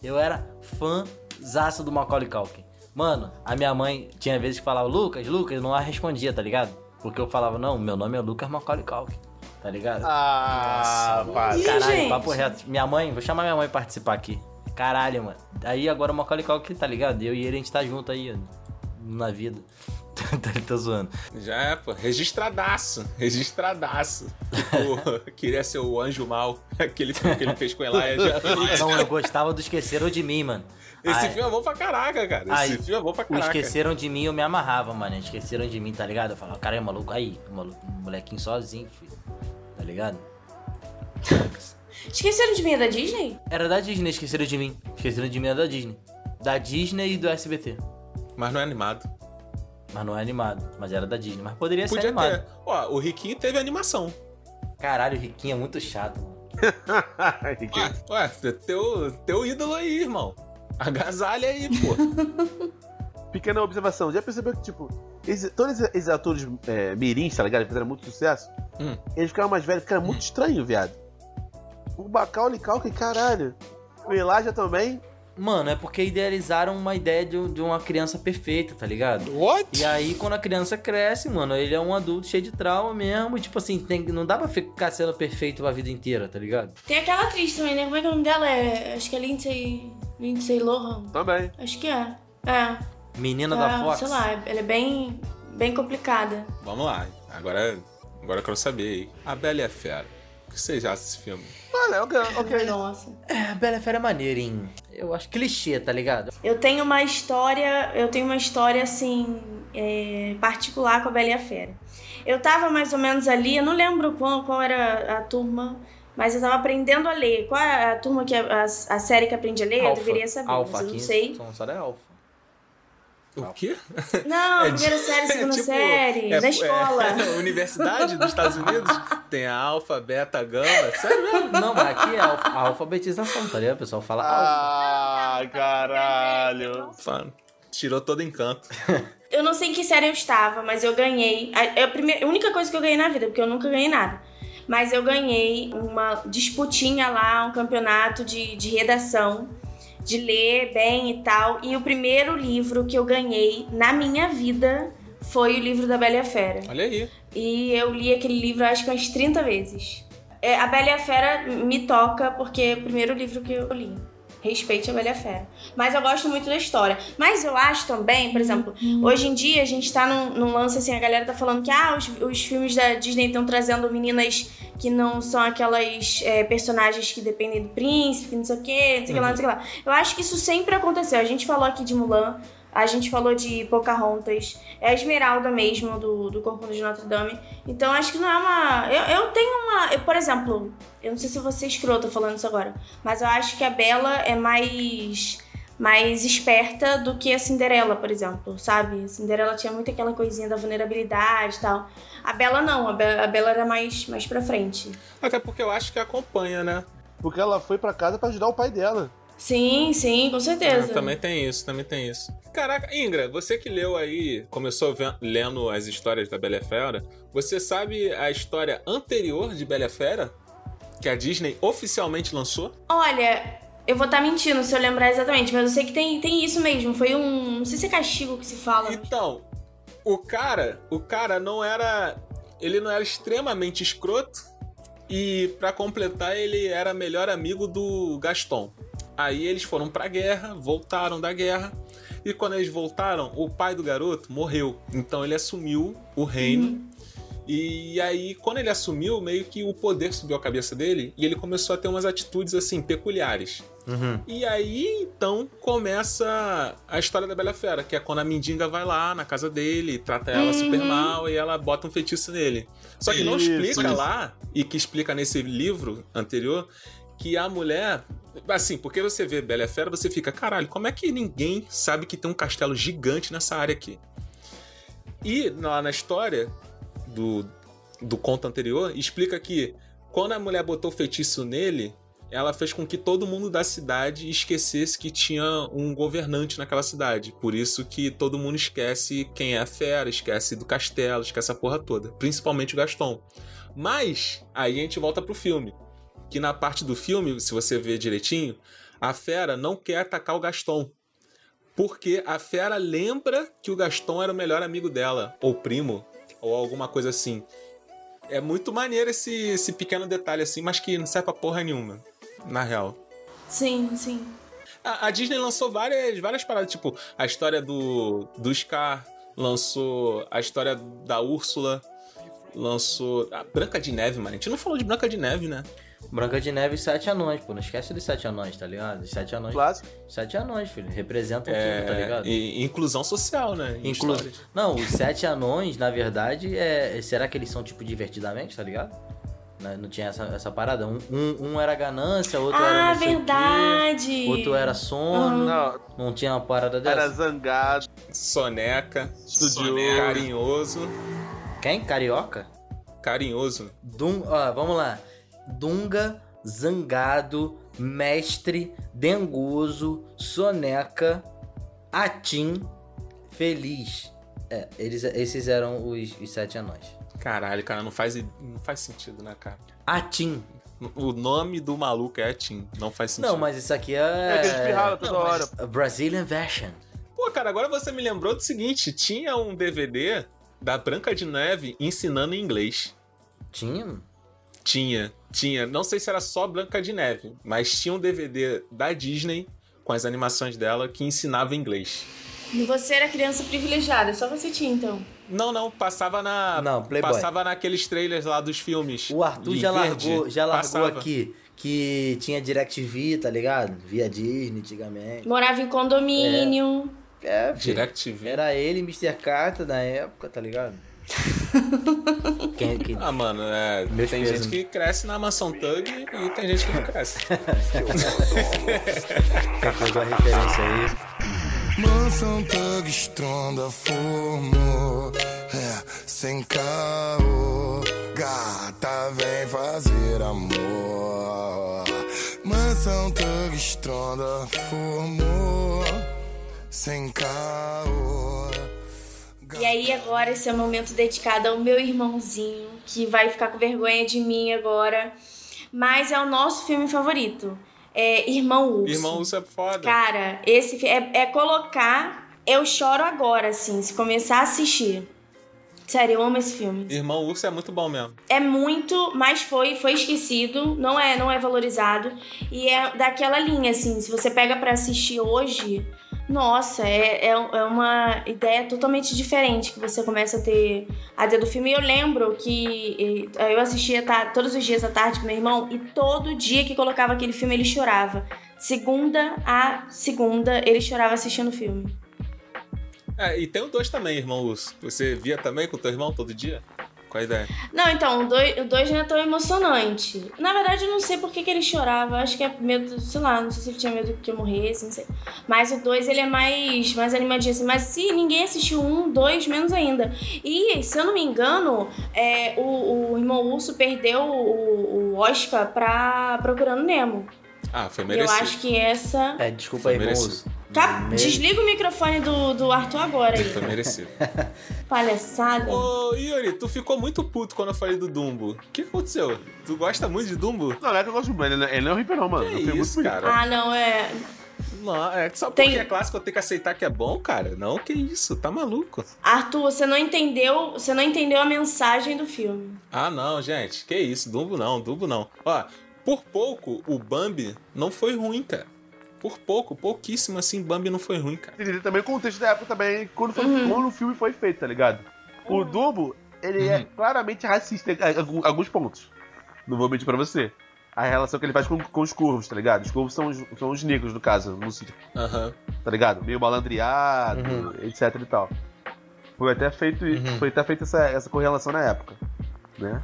S5: Eu era fãzaço do Macaulay Culkin. Mano, a minha mãe tinha vezes que falava Lucas, Lucas, não a respondia, tá ligado? Porque eu falava, não, meu nome é Lucas Macaulay Culkin. Tá ligado?
S1: Ah, para.
S6: Ih,
S5: Caralho,
S6: gente.
S5: papo reto. Minha mãe, vou chamar minha mãe pra participar aqui. Caralho, mano. Aí agora o Macaulay Culkin, tá ligado? Eu e ele, a gente tá junto aí, ó, na vida. tô zoando.
S4: Já é, pô. Registradaço. Registradaço. Tipo, queria ser o anjo mal. Aquele filme que ele fez com Elaia.
S5: Não, eu gostava do Esqueceram de Mim, mano.
S4: Esse
S5: Ah,
S4: filme é bom pra caraca, cara. Esse
S5: Aí,
S4: filme é bom pra
S5: O
S4: caraca.
S5: Esqueceram de Mim, eu me amarrava, mano. Esqueceram de Mim, tá ligado? Eu falava, cara, é maluco. Aí, o maluco, um molequinho sozinho, filho. Tá ligado?
S6: Esqueceram de mim é da Disney?
S5: Era da Disney, Esqueceram de Mim. Esqueceram de Mim era da Disney. Da Disney e do SBT.
S4: Mas não é animado.
S5: Mas não é animado. Mas era da Disney. Mas poderia ser
S4: Podia
S5: animado.
S4: ter. Ó, o Riquinho teve animação.
S5: Caralho, o Riquinho é muito chato, mano.
S4: Ué, ué, teu, teu ídolo aí, irmão. Agasalha aí, pô.
S1: Pequena observação, já percebeu que, tipo, esse- todos esses atores é, mirins, tá ligado? Que fizeram muito sucesso,
S4: Hum.
S1: eles ficaram mais velhos, ficaram muito estranho, viado. O Bacauli Calca, caralho. O Elijah também.
S5: Mano, é porque idealizaram uma ideia de, de uma criança perfeita, tá ligado?
S4: What?
S5: E aí, quando a criança cresce, mano, ele é um adulto cheio de trauma mesmo. E, tipo assim, tem- não dá pra ficar sendo perfeito a vida inteira, tá ligado?
S6: Tem aquela atriz também, né? Como é que é o nome dela? É, acho que é Lindsay, Lindsay Lohan.
S1: Também.
S6: Acho que é. É.
S5: Menina
S6: é,
S5: da Fox.
S6: Sei lá, ela é bem, bem complicada.
S4: Vamos lá. Agora, agora eu quero saber aí. A Bela e a Fera. O que vocês acham desse filme?
S1: Olha, ok, ok.
S6: Nossa.
S5: É, Bela Fera é maneira, hein? Eu acho clichê, tá ligado?
S6: Eu tenho uma história, eu tenho uma história assim é, particular com a Bela e a Fera. Eu tava mais ou menos ali, eu não lembro qual, qual era a turma, mas eu tava aprendendo a ler. Qual é a turma que a, a- a série que aprende a ler? Eu deveria saber,
S5: Alfa,
S6: mas eu não
S5: aqui,
S6: sei.
S5: Só, só da Alfa.
S4: O quê?
S6: Não, Ah,
S4: É
S6: primeira
S4: de-
S6: série,
S4: é
S6: segunda
S4: tipo-
S6: série,
S4: é-
S6: na escola.
S4: é, universidade dos Estados Unidos tem a alfa, beta, gama. Sério mesmo?
S5: Não, mas aqui é alfa, a alfabetização, tá ligado? O pessoal fala alfa.
S1: Ah, caralho.
S4: Fala. Tirou todo o encanto.
S6: Eu não sei em que série eu estava, mas eu ganhei. A, é a primeira- a única coisa que eu ganhei na vida, porque eu nunca ganhei nada. Mas eu ganhei uma disputinha lá, um campeonato de, de redação, de ler bem e tal. E o primeiro livro que eu ganhei na minha vida foi o livro da Bela e a Fera.
S4: Olha aí.
S6: E eu li aquele livro acho que umas 30 vezes. É, a Bela e a Fera me toca porque é o primeiro livro que eu li. Respeite a Bela e a Fera. Mas eu gosto muito da história. Mas eu acho também, por exemplo, hoje em dia a gente tá num, num lance assim, a galera tá falando que ah, os, os filmes da Disney estão trazendo meninas que não são aquelas é, personagens que dependem do príncipe, não sei o quê, não sei o que lá, não sei o que lá. Eu acho que isso sempre aconteceu. A gente falou aqui de Mulan, a gente falou de Pocahontas, é a Esmeralda mesmo, do, do Corcunda de Notre Dame. Então acho que não é uma. Eu, eu tenho uma. eu, por exemplo, eu não sei se eu vou ser escrota falando isso agora, mas eu acho que a Bela é mais. Mais esperta do que a Cinderela, por exemplo, sabe? A Cinderela tinha muito aquela coisinha da vulnerabilidade e tal. A Bela não, a Be- a Bela, era mais, mais pra frente.
S4: Até porque eu acho que acompanha, né?
S1: Porque ela foi pra casa pra ajudar o pai dela.
S6: Sim, sim, com certeza.
S4: Também tem isso, também tem isso. Caraca, Ingra, você que leu aí, começou ven- lendo as histórias da Bela e a Fera, você sabe a história anterior de Bela e a Fera? Que a Disney oficialmente lançou?
S6: Olha, Eu vou estar mentindo se eu lembrar exatamente, mas eu sei que tem, tem isso mesmo. Foi um. Não sei se é castigo que se fala.
S4: Então, o cara, o cara não era. Ele não era extremamente escroto. E pra completar, ele era melhor amigo do Gaston. Aí eles foram pra guerra, voltaram da guerra. E quando eles voltaram, o pai do garoto morreu. Então ele assumiu o reino. E aí, quando ele assumiu, meio que o poder subiu a cabeça dele e ele começou a ter umas atitudes assim peculiares.
S8: Uhum.
S4: E aí, então, começa a história da Bela Fera, que é quando a mendiga vai lá na casa dele, trata ela super mal e ela bota um feitiço nele. Só que não
S8: Isso,
S4: explica
S8: isso.
S4: lá, e que explica nesse livro anterior, que a mulher. Assim, porque você vê Bela Fera, você fica, caralho, como é que ninguém sabe que tem um castelo gigante nessa área aqui? E lá na história do, do conto anterior, explica que quando a mulher botou o feitiço nele, ela fez com que todo mundo da cidade esquecesse que tinha um governante naquela cidade. Por isso que todo mundo esquece quem é a fera, esquece do castelo, esquece a porra toda. Principalmente o Gaston. Mas, aí a gente volta pro filme. Que na parte do filme, se você ver direitinho, a fera não quer atacar o Gaston. Porque a fera lembra que o Gaston era o melhor amigo dela, ou primo, ou alguma coisa assim. É muito maneiro esse, esse pequeno detalhe assim, mas que não serve pra porra nenhuma, na real.
S6: Sim, sim.
S4: A, a Disney lançou várias, várias paradas, tipo a história do, do Scar, lançou a história da Úrsula, lançou. A Branca de Neve, mano. A gente não falou de Branca de Neve, né?
S5: Branca de Neve e Sete Anões, pô. Não esquece dos Sete Anões, tá ligado? Os Sete Anões.
S1: Clássico.
S5: Sete Anões, filho. Representam
S4: É,
S5: tudo, tá ligado?
S4: E, inclusão social, né? Em
S5: Inclu-
S4: histórias.
S5: Não, os Sete Anões, na verdade, é... será que eles são, tipo, divertidamente, tá ligado? Né, Não tinha essa, essa parada. Um, um, um era ganância, outro era.
S6: ah,
S5: não sei o quê,
S6: verdade!
S5: Outro era sono.
S1: Não,
S5: Não tinha uma parada dessa.
S1: era zangado,
S4: Soneca,
S1: Estudioso.
S4: carinhoso,
S5: Quem? Carioca?
S4: carinhoso.
S5: Dun... Ó, vamos lá. Dunga, Zangado, Mestre, Dengoso, Soneca, Atim, Feliz. É, eles, esses eram os, os sete anões.
S4: Caralho, cara, não faz, não faz sentido, né, cara?
S5: Atim.
S4: O nome do maluco é Tim, não faz sentido.
S5: Não, mas isso aqui
S1: é que eles
S5: é...
S1: espirrava toda hora.
S5: Brazilian Version.
S4: Pô, cara, agora você me lembrou do seguinte: tinha um DVD da Branca de Neve ensinando inglês.
S5: Tinha?
S4: Tinha, tinha. Não sei se era só Branca de Neve, mas tinha um DVD da Disney com as animações dela que ensinava inglês.
S6: Você era criança privilegiada, só você tinha então.
S4: Não, não, passava na.
S5: Não, Playboy.
S4: Passava naqueles trailers lá dos filmes.
S5: O Arthur
S4: Em
S5: já
S4: verde.
S5: largou, já largou
S4: Passava.
S5: aqui que tinha DirecTV, tá ligado? Via Disney antigamente.
S6: Morava em condomínio.
S5: É, filho.
S4: DirectV.
S5: Era ele e Mr. Carter na época, tá ligado? Quem, quem-
S4: Ah, mano, é.
S5: Meus
S4: tem
S5: pesos.
S4: gente que cresce na mansão Thug e tem gente que não cresce.
S5: quem pegou a referência aí?
S9: Mansão Thug estronda forno, é, sem caô. Gata vem fazer amor. Mansão Thug estronda forno, sem caô.
S6: E aí agora esse é o momento dedicado ao meu irmãozinho, que vai ficar com vergonha de mim agora. Mas é o nosso filme favorito. É Irmão Urso.
S4: Irmão, isso é foda.
S6: Cara, esse fi- é, é colocar. Eu choro agora, assim, se começar a assistir. Sério, eu amo esse filme.
S4: Irmão Urso é muito bom mesmo.
S6: É muito, mas foi, foi esquecido, não é, não é valorizado e é daquela linha assim, se você pega pra assistir hoje, nossa, é, é, é uma ideia totalmente diferente que você começa a ter a ter do filme. E eu lembro que eh, eu assistia ta- todos os dias à tarde com meu irmão e todo dia que colocava aquele filme ele chorava. Segunda a segunda ele chorava assistindo o filme.
S4: É, e tem o dois também, irmão Urso. Você via também com teu irmão todo dia? Qual a ideia?
S6: Não, então, o 2 não é tão emocionante. Na verdade, eu não sei por que, que ele chorava. Acho que é medo, sei lá, não sei se ele tinha medo que eu morresse, não sei. Mas o 2 ele é mais, mais animadinho, assim. Mas se ninguém assistiu um, dois, menos ainda. E, se eu não me engano, é, o, o Irmão Urso perdeu o, o Oscar pra Procurando Nemo.
S4: Ah, foi
S6: E eu
S4: merecido.
S6: acho que essa.
S5: É, desculpa
S4: Foi
S5: aí, irmão
S4: merecido.
S5: Urso.
S6: Tá, desliga o microfone do, do Arthur agora aí.
S4: Foi merecido.
S6: Palhaçada.
S4: Ô, Yuri, tu ficou muito puto quando eu falei do Dumbo. O que aconteceu? Tu gosta muito de Dumbo?
S1: Não, não é que eu gosto de ele, ele não é um ribeirão, mano.
S4: Que
S1: Eu fui
S4: isso,
S1: muito
S4: cara.
S6: Ah, não, é.
S4: Não, é que só
S6: Tem-
S4: porque é clássico eu tenho que aceitar que é bom, cara. Não, que isso, tá maluco.
S6: Arthur, você não entendeu. Você não entendeu a mensagem do filme.
S4: Ah, não, gente. Que isso, Dumbo não, Dumbo não. Ó, por pouco o Bambi não foi ruim, cara. Por pouco, pouquíssimo assim, Bambi não foi ruim, cara.
S1: Tem que entender também o contexto da época também, quando, foi, quando o filme foi feito, tá ligado? O Dumbo, ele
S4: Uhum.
S1: é claramente racista em algu- alguns pontos. Não vou mentir pra você. A relação que ele faz com, com os curvos, tá ligado? Os curvos são os, são os negros, no caso, no sítio,
S4: Aham.
S1: tá ligado? Meio malandreado,
S5: Uhum.
S1: etc e tal. Foi até feito,
S4: Uhum.
S1: foi até feita essa, essa correlação na época, né?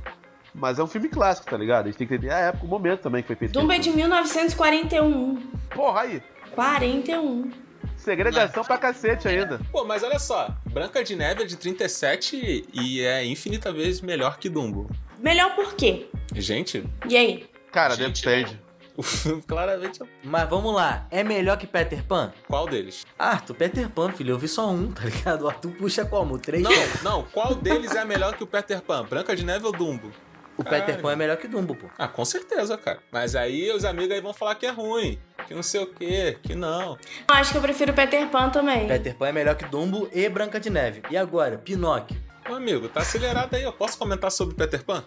S1: Mas é um filme clássico, tá ligado? A gente tem que entender a época, o momento também que foi feito.
S6: Dumba é de 1941.
S1: Porra, aí.
S6: 41.
S1: Segregação pra cacete ainda.
S4: Pô, mas olha só, Branca de Neve é de 37 e é infinita vezes melhor que Dumbo.
S6: Melhor por quê?
S4: Gente,
S6: E aí?
S1: Cara,
S4: Gente,
S1: depende.
S4: o filme claramente é-
S5: Mas vamos lá, é melhor que Peter Pan?
S4: qual deles?
S5: Arthur, Peter Pan, filho, eu vi só um, tá ligado? O Arthur puxa como? O Três?
S4: Não, não, qual deles é melhor que o Peter Pan? Branca de Neve ou Dumbo?
S5: o Peter Pan é melhor que o Dumbo, pô.
S4: Ah, com certeza, cara. Mas aí os amigos aí vão falar que é ruim, que não sei o quê, que não.
S6: Eu acho que eu prefiro Peter Pan também.
S5: Peter Pan é melhor que Dumbo e Branca de Neve. E agora, Pinóquio?
S4: Ô, amigo, tá acelerado aí, eu posso comentar sobre Peter Pan?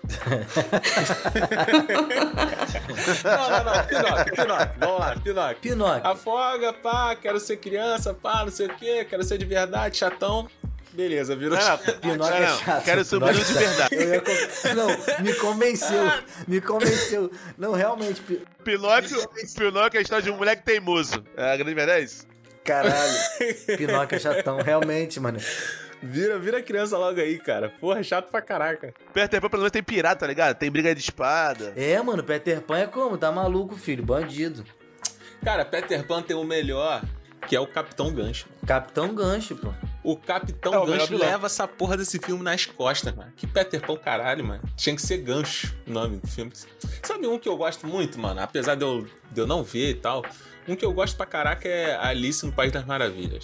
S4: não, não, não, Pinóquio, Pinóquio, vamos lá, Pinóquio.
S5: Pinóquio.
S8: Ah,
S4: Afoga, pá, quero ser criança, pá, não sei o quê, quero ser de verdade, chatão. Beleza, virou chato.
S5: Pinóquio
S8: Não,
S5: é
S8: não,
S5: chato.
S8: quero ser o
S5: Pinóquio
S8: Bruno de
S5: é chato.
S8: verdade.
S5: Eu ia con- Não, me convenceu. Me convenceu. Não, realmente. Pi-
S8: Pinóquio, Pinóquio é a história de um moleque teimoso. É a grande verdade é isso?
S5: Caralho. Pinóquio é chatão, realmente, mano.
S4: Vira, vira criança logo aí, cara. Porra, chato pra caraca.
S8: Peter Pan, é pelo menos, tem pirata, tá ligado? Tem briga de espada.
S5: É, mano, Peter Pan é como? Tá maluco, filho. Bandido.
S4: Cara, Peter Pan tem o melhor, que é o Capitão Gancho.
S5: Capitão Gancho, pô.
S4: O Capitão
S8: É o melhor
S4: Gancho
S8: vilão.
S4: leva essa porra desse filme nas costas, mano. Que Peter Pan, caralho, mano. Tinha que ser Gancho o nome do filme. Sabe um que eu gosto muito, mano? Apesar de eu, de eu não ver e tal. Um que eu gosto pra caraca é Alice no País das Maravilhas.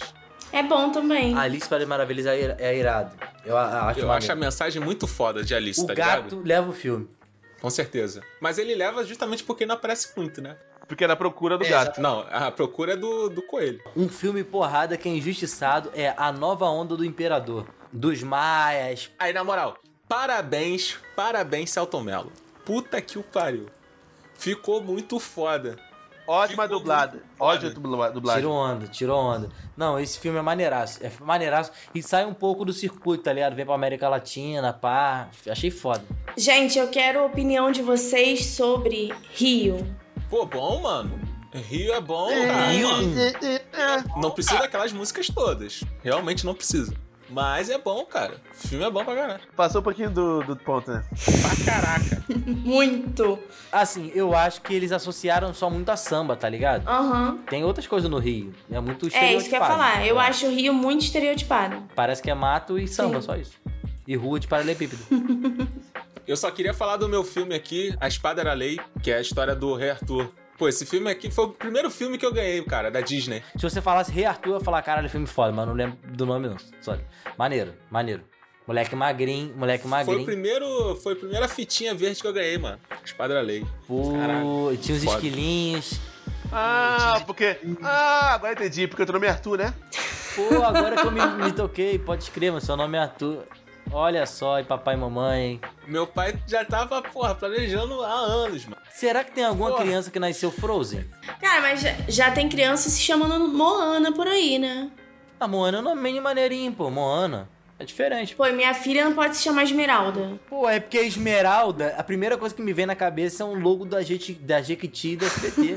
S6: É bom também.
S5: Alice para as Maravilhas é ira- é irado. Eu a- acho
S4: Eu
S5: Ah, maneiro.
S4: acho a mensagem muito foda de Alice,
S5: O
S4: tá
S5: gato
S4: ligado?
S5: leva o filme.
S4: Com certeza. Mas ele leva justamente porque não aparece muito, né?
S1: Porque era a procura do
S4: É,
S1: gato.
S4: exato. Não, a procura é do, do coelho.
S5: Um filme porrada que é injustiçado é A Nova Onda do Imperador. Dos Maias.
S4: Aí, na moral, parabéns, parabéns, Celton Mello. Puta que o pariu. Ficou muito foda.
S1: Ótima
S4: Ficou
S1: dublada.
S4: muito foda.
S1: Ótima dubla- dublagem.
S5: Tirou onda, tirou onda. Não, esse filme é maneiraço. É maneiraço. E sai um pouco do circuito, tá ligado? Vem pra América Latina, pá. Achei foda.
S6: Gente, eu quero a opinião de vocês sobre Rio.
S4: Pô, bom, mano. Rio é bom,
S5: Rio?
S4: cara.
S1: É,
S4: Não precisa daquelas músicas todas. Realmente não precisa. Mas é bom, cara. O filme é bom pra caralho.
S1: Passou um pouquinho do, do ponto, né?
S4: Pra caraca.
S6: Muito.
S5: Assim, eu acho que eles associaram só muito a samba, tá ligado?
S6: Aham.
S5: Tem outras coisas no Rio. É muito
S6: É,
S5: estereotipado. É.
S6: isso que eu ia falar. Eu acho o Rio muito estereotipado.
S5: Parece que é mato e samba,
S6: Sim.
S5: só isso. E rua de paralelepípedo.
S4: Eu só queria falar do meu filme aqui, A Espada Era Lei, que é a história do Rei Arthur. Pô, esse filme aqui foi o primeiro filme que eu ganhei, cara, da Disney.
S5: Se você falasse Rei Arthur, eu ia falar, caralho, filme foda, mas não lembro do nome não. Sorry. Maneiro, maneiro. Moleque magrinho, moleque
S4: Foi, o
S5: magrinho.
S4: primeiro, foi a primeira fitinha verde que eu ganhei, mano. A Espada Era Lei.
S5: Pô,
S4: Caralho,
S5: tinha os
S4: foda.
S5: esquilinhos.
S1: Ah, porque. Ah, agora entendi. Porque teu nome é Arthur, né?
S5: Pô, agora que eu me, me toquei, pode escrever, mas seu nome é Arthur. Olha só, e papai e mamãe.
S4: Meu pai já tava, porra, planejando há anos, mano.
S5: Será que tem alguma
S4: Porra.
S5: criança que nasceu Frozen?
S6: Cara, mas já, já tem criança se chamando Moana por aí, né?
S5: A Moana é um nome meio maneirinho, pô. Moana. É diferente.
S6: Pô, e minha filha não pode se chamar Esmeralda.
S5: Pô, é porque Esmeralda, a primeira coisa que me vem na cabeça é um logo da, gente, da Jequiti e da SBT.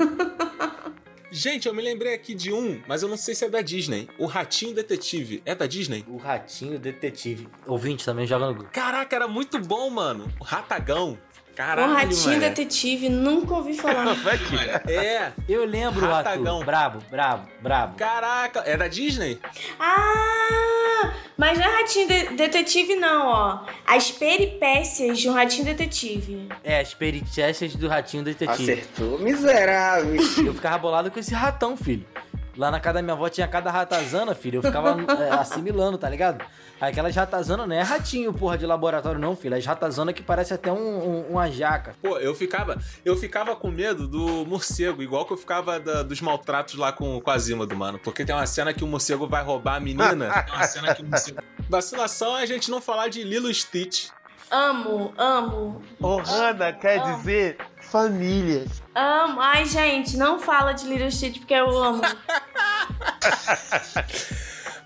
S4: Gente, eu me lembrei aqui de um, mas eu não sei se é da Disney. O Ratinho Detetive. É da Disney?
S5: o ratinho detetive. Ouvinte também joga no grupo.
S4: Caraca, era muito bom, mano. O Ratagão. Caralho,
S6: um ratinho
S4: mané.
S6: detetive, nunca ouvi falar.
S1: Vai aqui.
S4: É,
S5: Eu lembro,
S4: Ratagão.
S5: Arthur. Brabo, brabo, brabo.
S4: caraca. É da Disney?
S6: ah! Mas não é ratinho de- detetive, não, ó. As peripécias de um ratinho detetive.
S5: É, as perichestas do ratinho detetive.
S10: Acertou, miserável.
S5: Eu ficava bolado com esse ratão, filho. Lá na casa da minha avó tinha cada ratazana, filho. Eu ficava é, assimilando, tá ligado? Aquelas ratazana não é ratinho, porra, de laboratório, não, filho. As ratazana que parece até um, um- uma jaca.
S4: Pô, eu ficava, eu ficava com medo do morcego, igual que eu ficava da- dos maltratos lá com, com a Zima do mano. Porque tem uma cena que o morcego vai roubar a menina. Tem uma cena que o morcego... Vacilação é a gente não falar de Lilo Stitch.
S6: Amo, amo,
S1: Ohana quer
S6: Não.
S1: dizer família.
S6: amo. Ai, gente, não fala de Little Shit porque eu amo.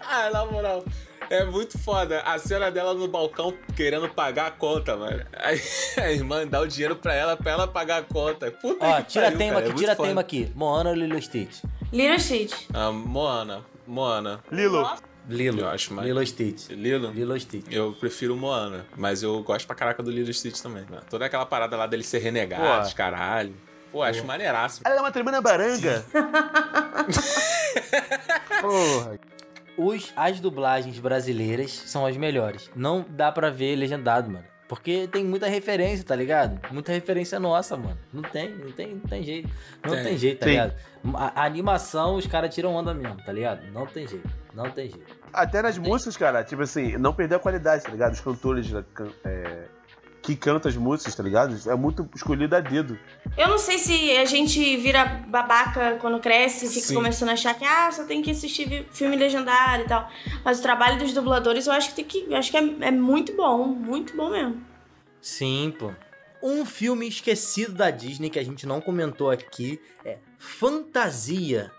S4: Ah, na moral. É muito foda. A cena dela no balcão querendo pagar a conta, mano. Aí a irmã dá o dinheiro pra ela, pra ela pagar a conta. Puta
S5: Ó,
S4: que
S5: tira
S4: pariu,
S5: tema
S4: cara, é
S5: aqui,
S4: muito
S5: tira
S4: foda.
S5: tema aqui. Moana ou Lilo Stitch?
S6: Little Shit.
S4: Ah, Moana. Moana.
S1: Lilo,
S5: Lilo.
S4: Eu acho mais-
S5: Lilo Stitch.
S4: Lilo?
S5: Lilo Stitch.
S4: Eu prefiro Moana, mas eu gosto pra caraca do Lilo Stitch também. né? Toda aquela parada lá dele ser renegado,
S1: Pô.
S4: os caralho. Pô, acho maneiraço.
S1: ela é uma tremenda baranga. Porra.
S5: Os, as dublagens brasileiras são as melhores. Não dá pra ver legendado, mano. Porque tem muita referência, tá ligado? Muita referência nossa, mano. Não tem, não tem, não tem jeito. Não
S4: Tem.
S5: tem, jeito, tá
S1: Sim.
S5: ligado? A, a animação, os caras tiram onda mesmo, tá ligado? Não tem jeito, não tem jeito.
S1: Até nas músicas, cara, tipo assim, não perder a qualidade, tá ligado? Os cantores né, can- é, que cantam as músicas, tá ligado? É muito escolhido a dedo.
S6: Eu não sei se a gente vira babaca quando cresce, fica
S4: Sim.
S6: começando a achar que ah, só tem que assistir vi- filme legendário e tal. Mas o trabalho dos dubladores eu acho que tem que. Eu acho que é, é muito bom, muito bom mesmo.
S5: Sim, pô. Um filme esquecido da Disney que a gente não comentou aqui é Fantasia.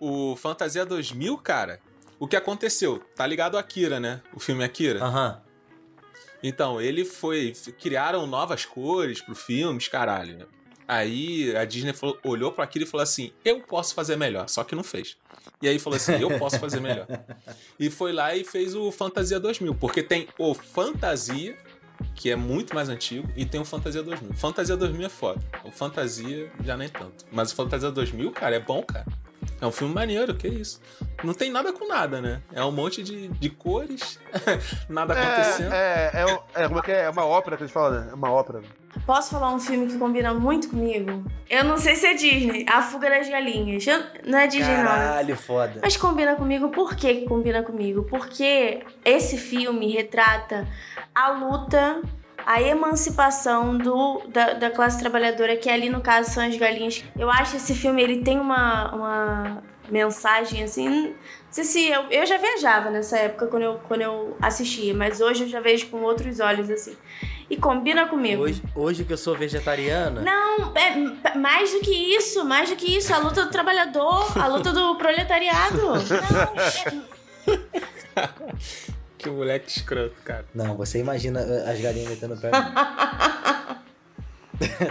S4: O Fantasia 2000, cara, o que aconteceu? Tá ligado ao Akira, né? O filme Akira.
S5: Aham.
S4: Então, ele foi. f- Criaram novas cores pro filme, os caralho. né? Aí a Disney falou- olhou pra aquilo e falou assim: eu posso fazer melhor. Só que não fez. E aí falou assim: eu posso fazer melhor. E foi lá e fez o Fantasia 2000, porque tem o Fantasia, que é muito mais antigo, e tem o Fantasia 2000. Fantasia 2000 é foda. O Fantasia já nem tanto. Mas o Fantasia 2000, cara, é bom, cara. É um filme maneiro, que isso. Não tem nada com nada, né? É um monte de, de cores, nada Tá acontecendo.
S1: É, é, é, o- é, como é que é? É uma ópera que a gente fala, né? É uma ópera.
S6: Posso falar um filme que combina muito comigo? Eu não sei se é Disney. A Fuga das Galinhas. Eu- não é Disney, não.
S5: Caralho, foda.
S6: Mas combina comigo, por que que combina comigo? Porque esse filme retrata a luta, a emancipação do, da, da classe trabalhadora, que ali no caso são as galinhas. Eu acho esse filme, ele tem uma, uma mensagem assim. Não sei se eu, eu já viajava nessa época quando eu, quando eu assistia, mas hoje eu já vejo com outros olhos assim. E combina comigo.
S5: Hoje, hoje que eu sou vegetariana.
S6: É, p- mais do que isso, mais do que isso, a luta do trabalhador, a luta do proletariado. Não, é,
S4: Que moleque escroto, cara.
S5: Não, você imagina eh, as galinhas metendo o pé.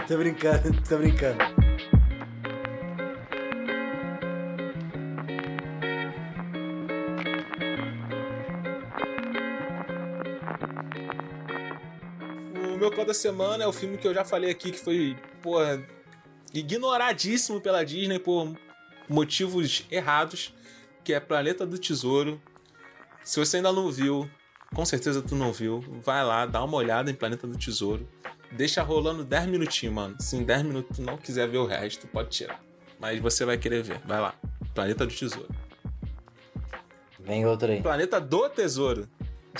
S5: tô brincando, tô brincando.
S4: O meu qual da semana é o filme que eu já falei aqui que foi, porra, ignoradíssimo pela Disney por motivos errados, que é Planeta do Tesouro. Se você ainda não viu, com certeza tu não viu, vai lá, dá uma olhada em Planeta do Tesouro. Deixa rolando 10 minutinhos, mano. Se em 10 minutos tu não quiser ver o resto, pode tirar. Mas você vai querer ver. Vai lá. Planeta do Tesouro.
S5: Vem outro aí.
S4: Planeta do Tesouro.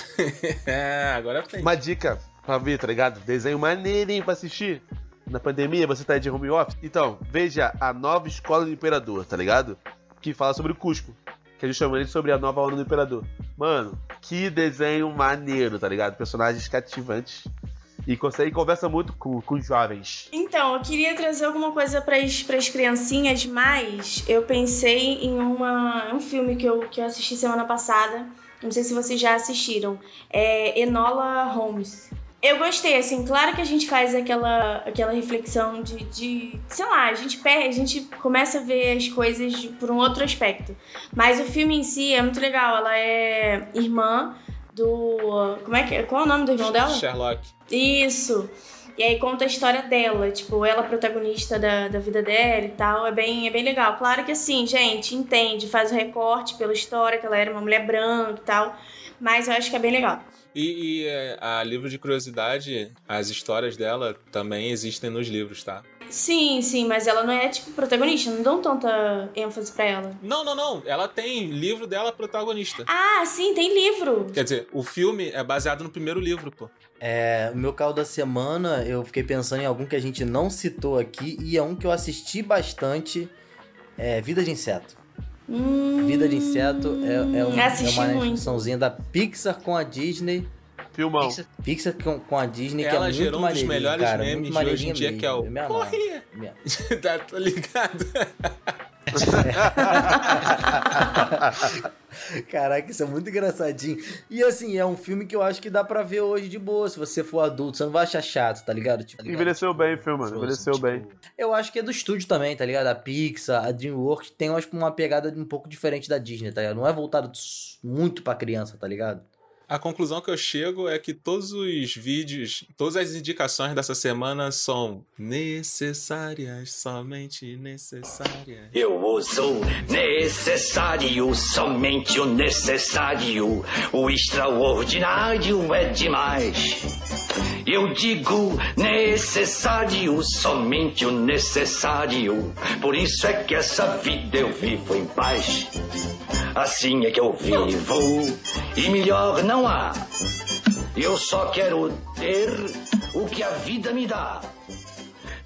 S4: é, agora tem.
S1: Uma dica pra ver, tá ligado? Desenho maneirinho pra assistir. Na pandemia, você tá aí de home office. Então, veja a nova escola do imperador, tá ligado? Que fala sobre o Cusco. Que é justamente sobre a nova onda do imperador. Mano, que desenho maneiro, tá ligado? Personagens cativantes. E consegue conversa muito com, com os jovens.
S6: Então, eu queria trazer alguma coisa para as criancinhas, mas eu pensei em uma, um filme que eu, que eu assisti semana passada. Não sei se vocês já assistiram. É Enola Holmes. Eu gostei, assim, claro que a gente faz aquela, aquela reflexão de, de. Sei lá, a gente perde, a gente começa a ver as coisas de- por um outro aspecto. Mas o filme em si é muito legal. Ela é irmã do. Como é que é? Qual é o nome do irmão dela?
S4: Sherlock.
S6: Isso. E aí conta a história dela, tipo, ela protagonista da, da vida dela e tal. É bem, é bem legal. Claro que assim, gente, entende, faz o recorte pela história, que ela era uma mulher branca e tal. Mas eu acho que é bem legal.
S4: E, e, é, a livro de curiosidade, as histórias dela também existem nos livros, tá?
S6: Sim, sim, mas ela não é, tipo, protagonista, não dão tanta ênfase pra ela.
S4: Não, não, não. Ela tem livro dela protagonista.
S6: Ah, sim, tem livro.
S4: Quer dizer, o filme é baseado no primeiro livro, pô.
S5: É, o meu carro da semana, eu fiquei pensando em algum que a gente não citou aqui e é um que eu assisti bastante. É Vida de Inseto.
S6: Hum,
S5: Vida de Inseto é, é, um- é
S6: Assisti
S5: uma
S6: muito.
S5: junçãozinha da Pixar com a Disney.
S1: Filmão.
S5: Pixar com, com a Disney, que é
S4: Ela
S5: muito
S4: gerou um dos
S5: maneirinho,
S4: melhores
S5: cara,
S4: memes
S5: muito
S4: de hoje em
S5: maneirinho
S4: dia, que é o.
S5: mesmo, eu me amarro.
S4: Corre!
S5: Me-
S4: tá, tá ligado?
S5: Caraca, isso é muito engraçadinho. E assim, é um filme que eu acho que dá pra ver hoje de boa. Se você for adulto, você não vai achar chato, tá ligado? Tipo,
S1: Envelheceu bem o filme, mano. Envelheceu bem.
S5: Eu acho que é do estúdio também, tá ligado? A Pixar, a DreamWorks tem eu acho, uma pegada um pouco diferente da Disney, tá ligado? Não é voltado s- muito pra criança, tá ligado?
S4: A conclusão que eu chego é que todos os vídeos, todas as indicações dessa semana são necessárias, somente necessárias.
S10: Eu uso necessário, somente o necessário. O extraordinário é demais. Eu digo necessário, somente o necessário. Por isso é que essa vida eu vivo em paz. Assim é que eu vivo, e melhor não há. Eu só quero ter o que a vida me dá.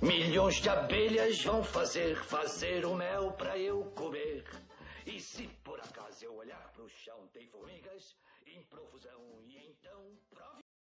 S10: Milhões de abelhas vão fazer, fazer o mel pra eu comer. E então, se por acaso eu olhar pro chão, tem formigas improvisadas.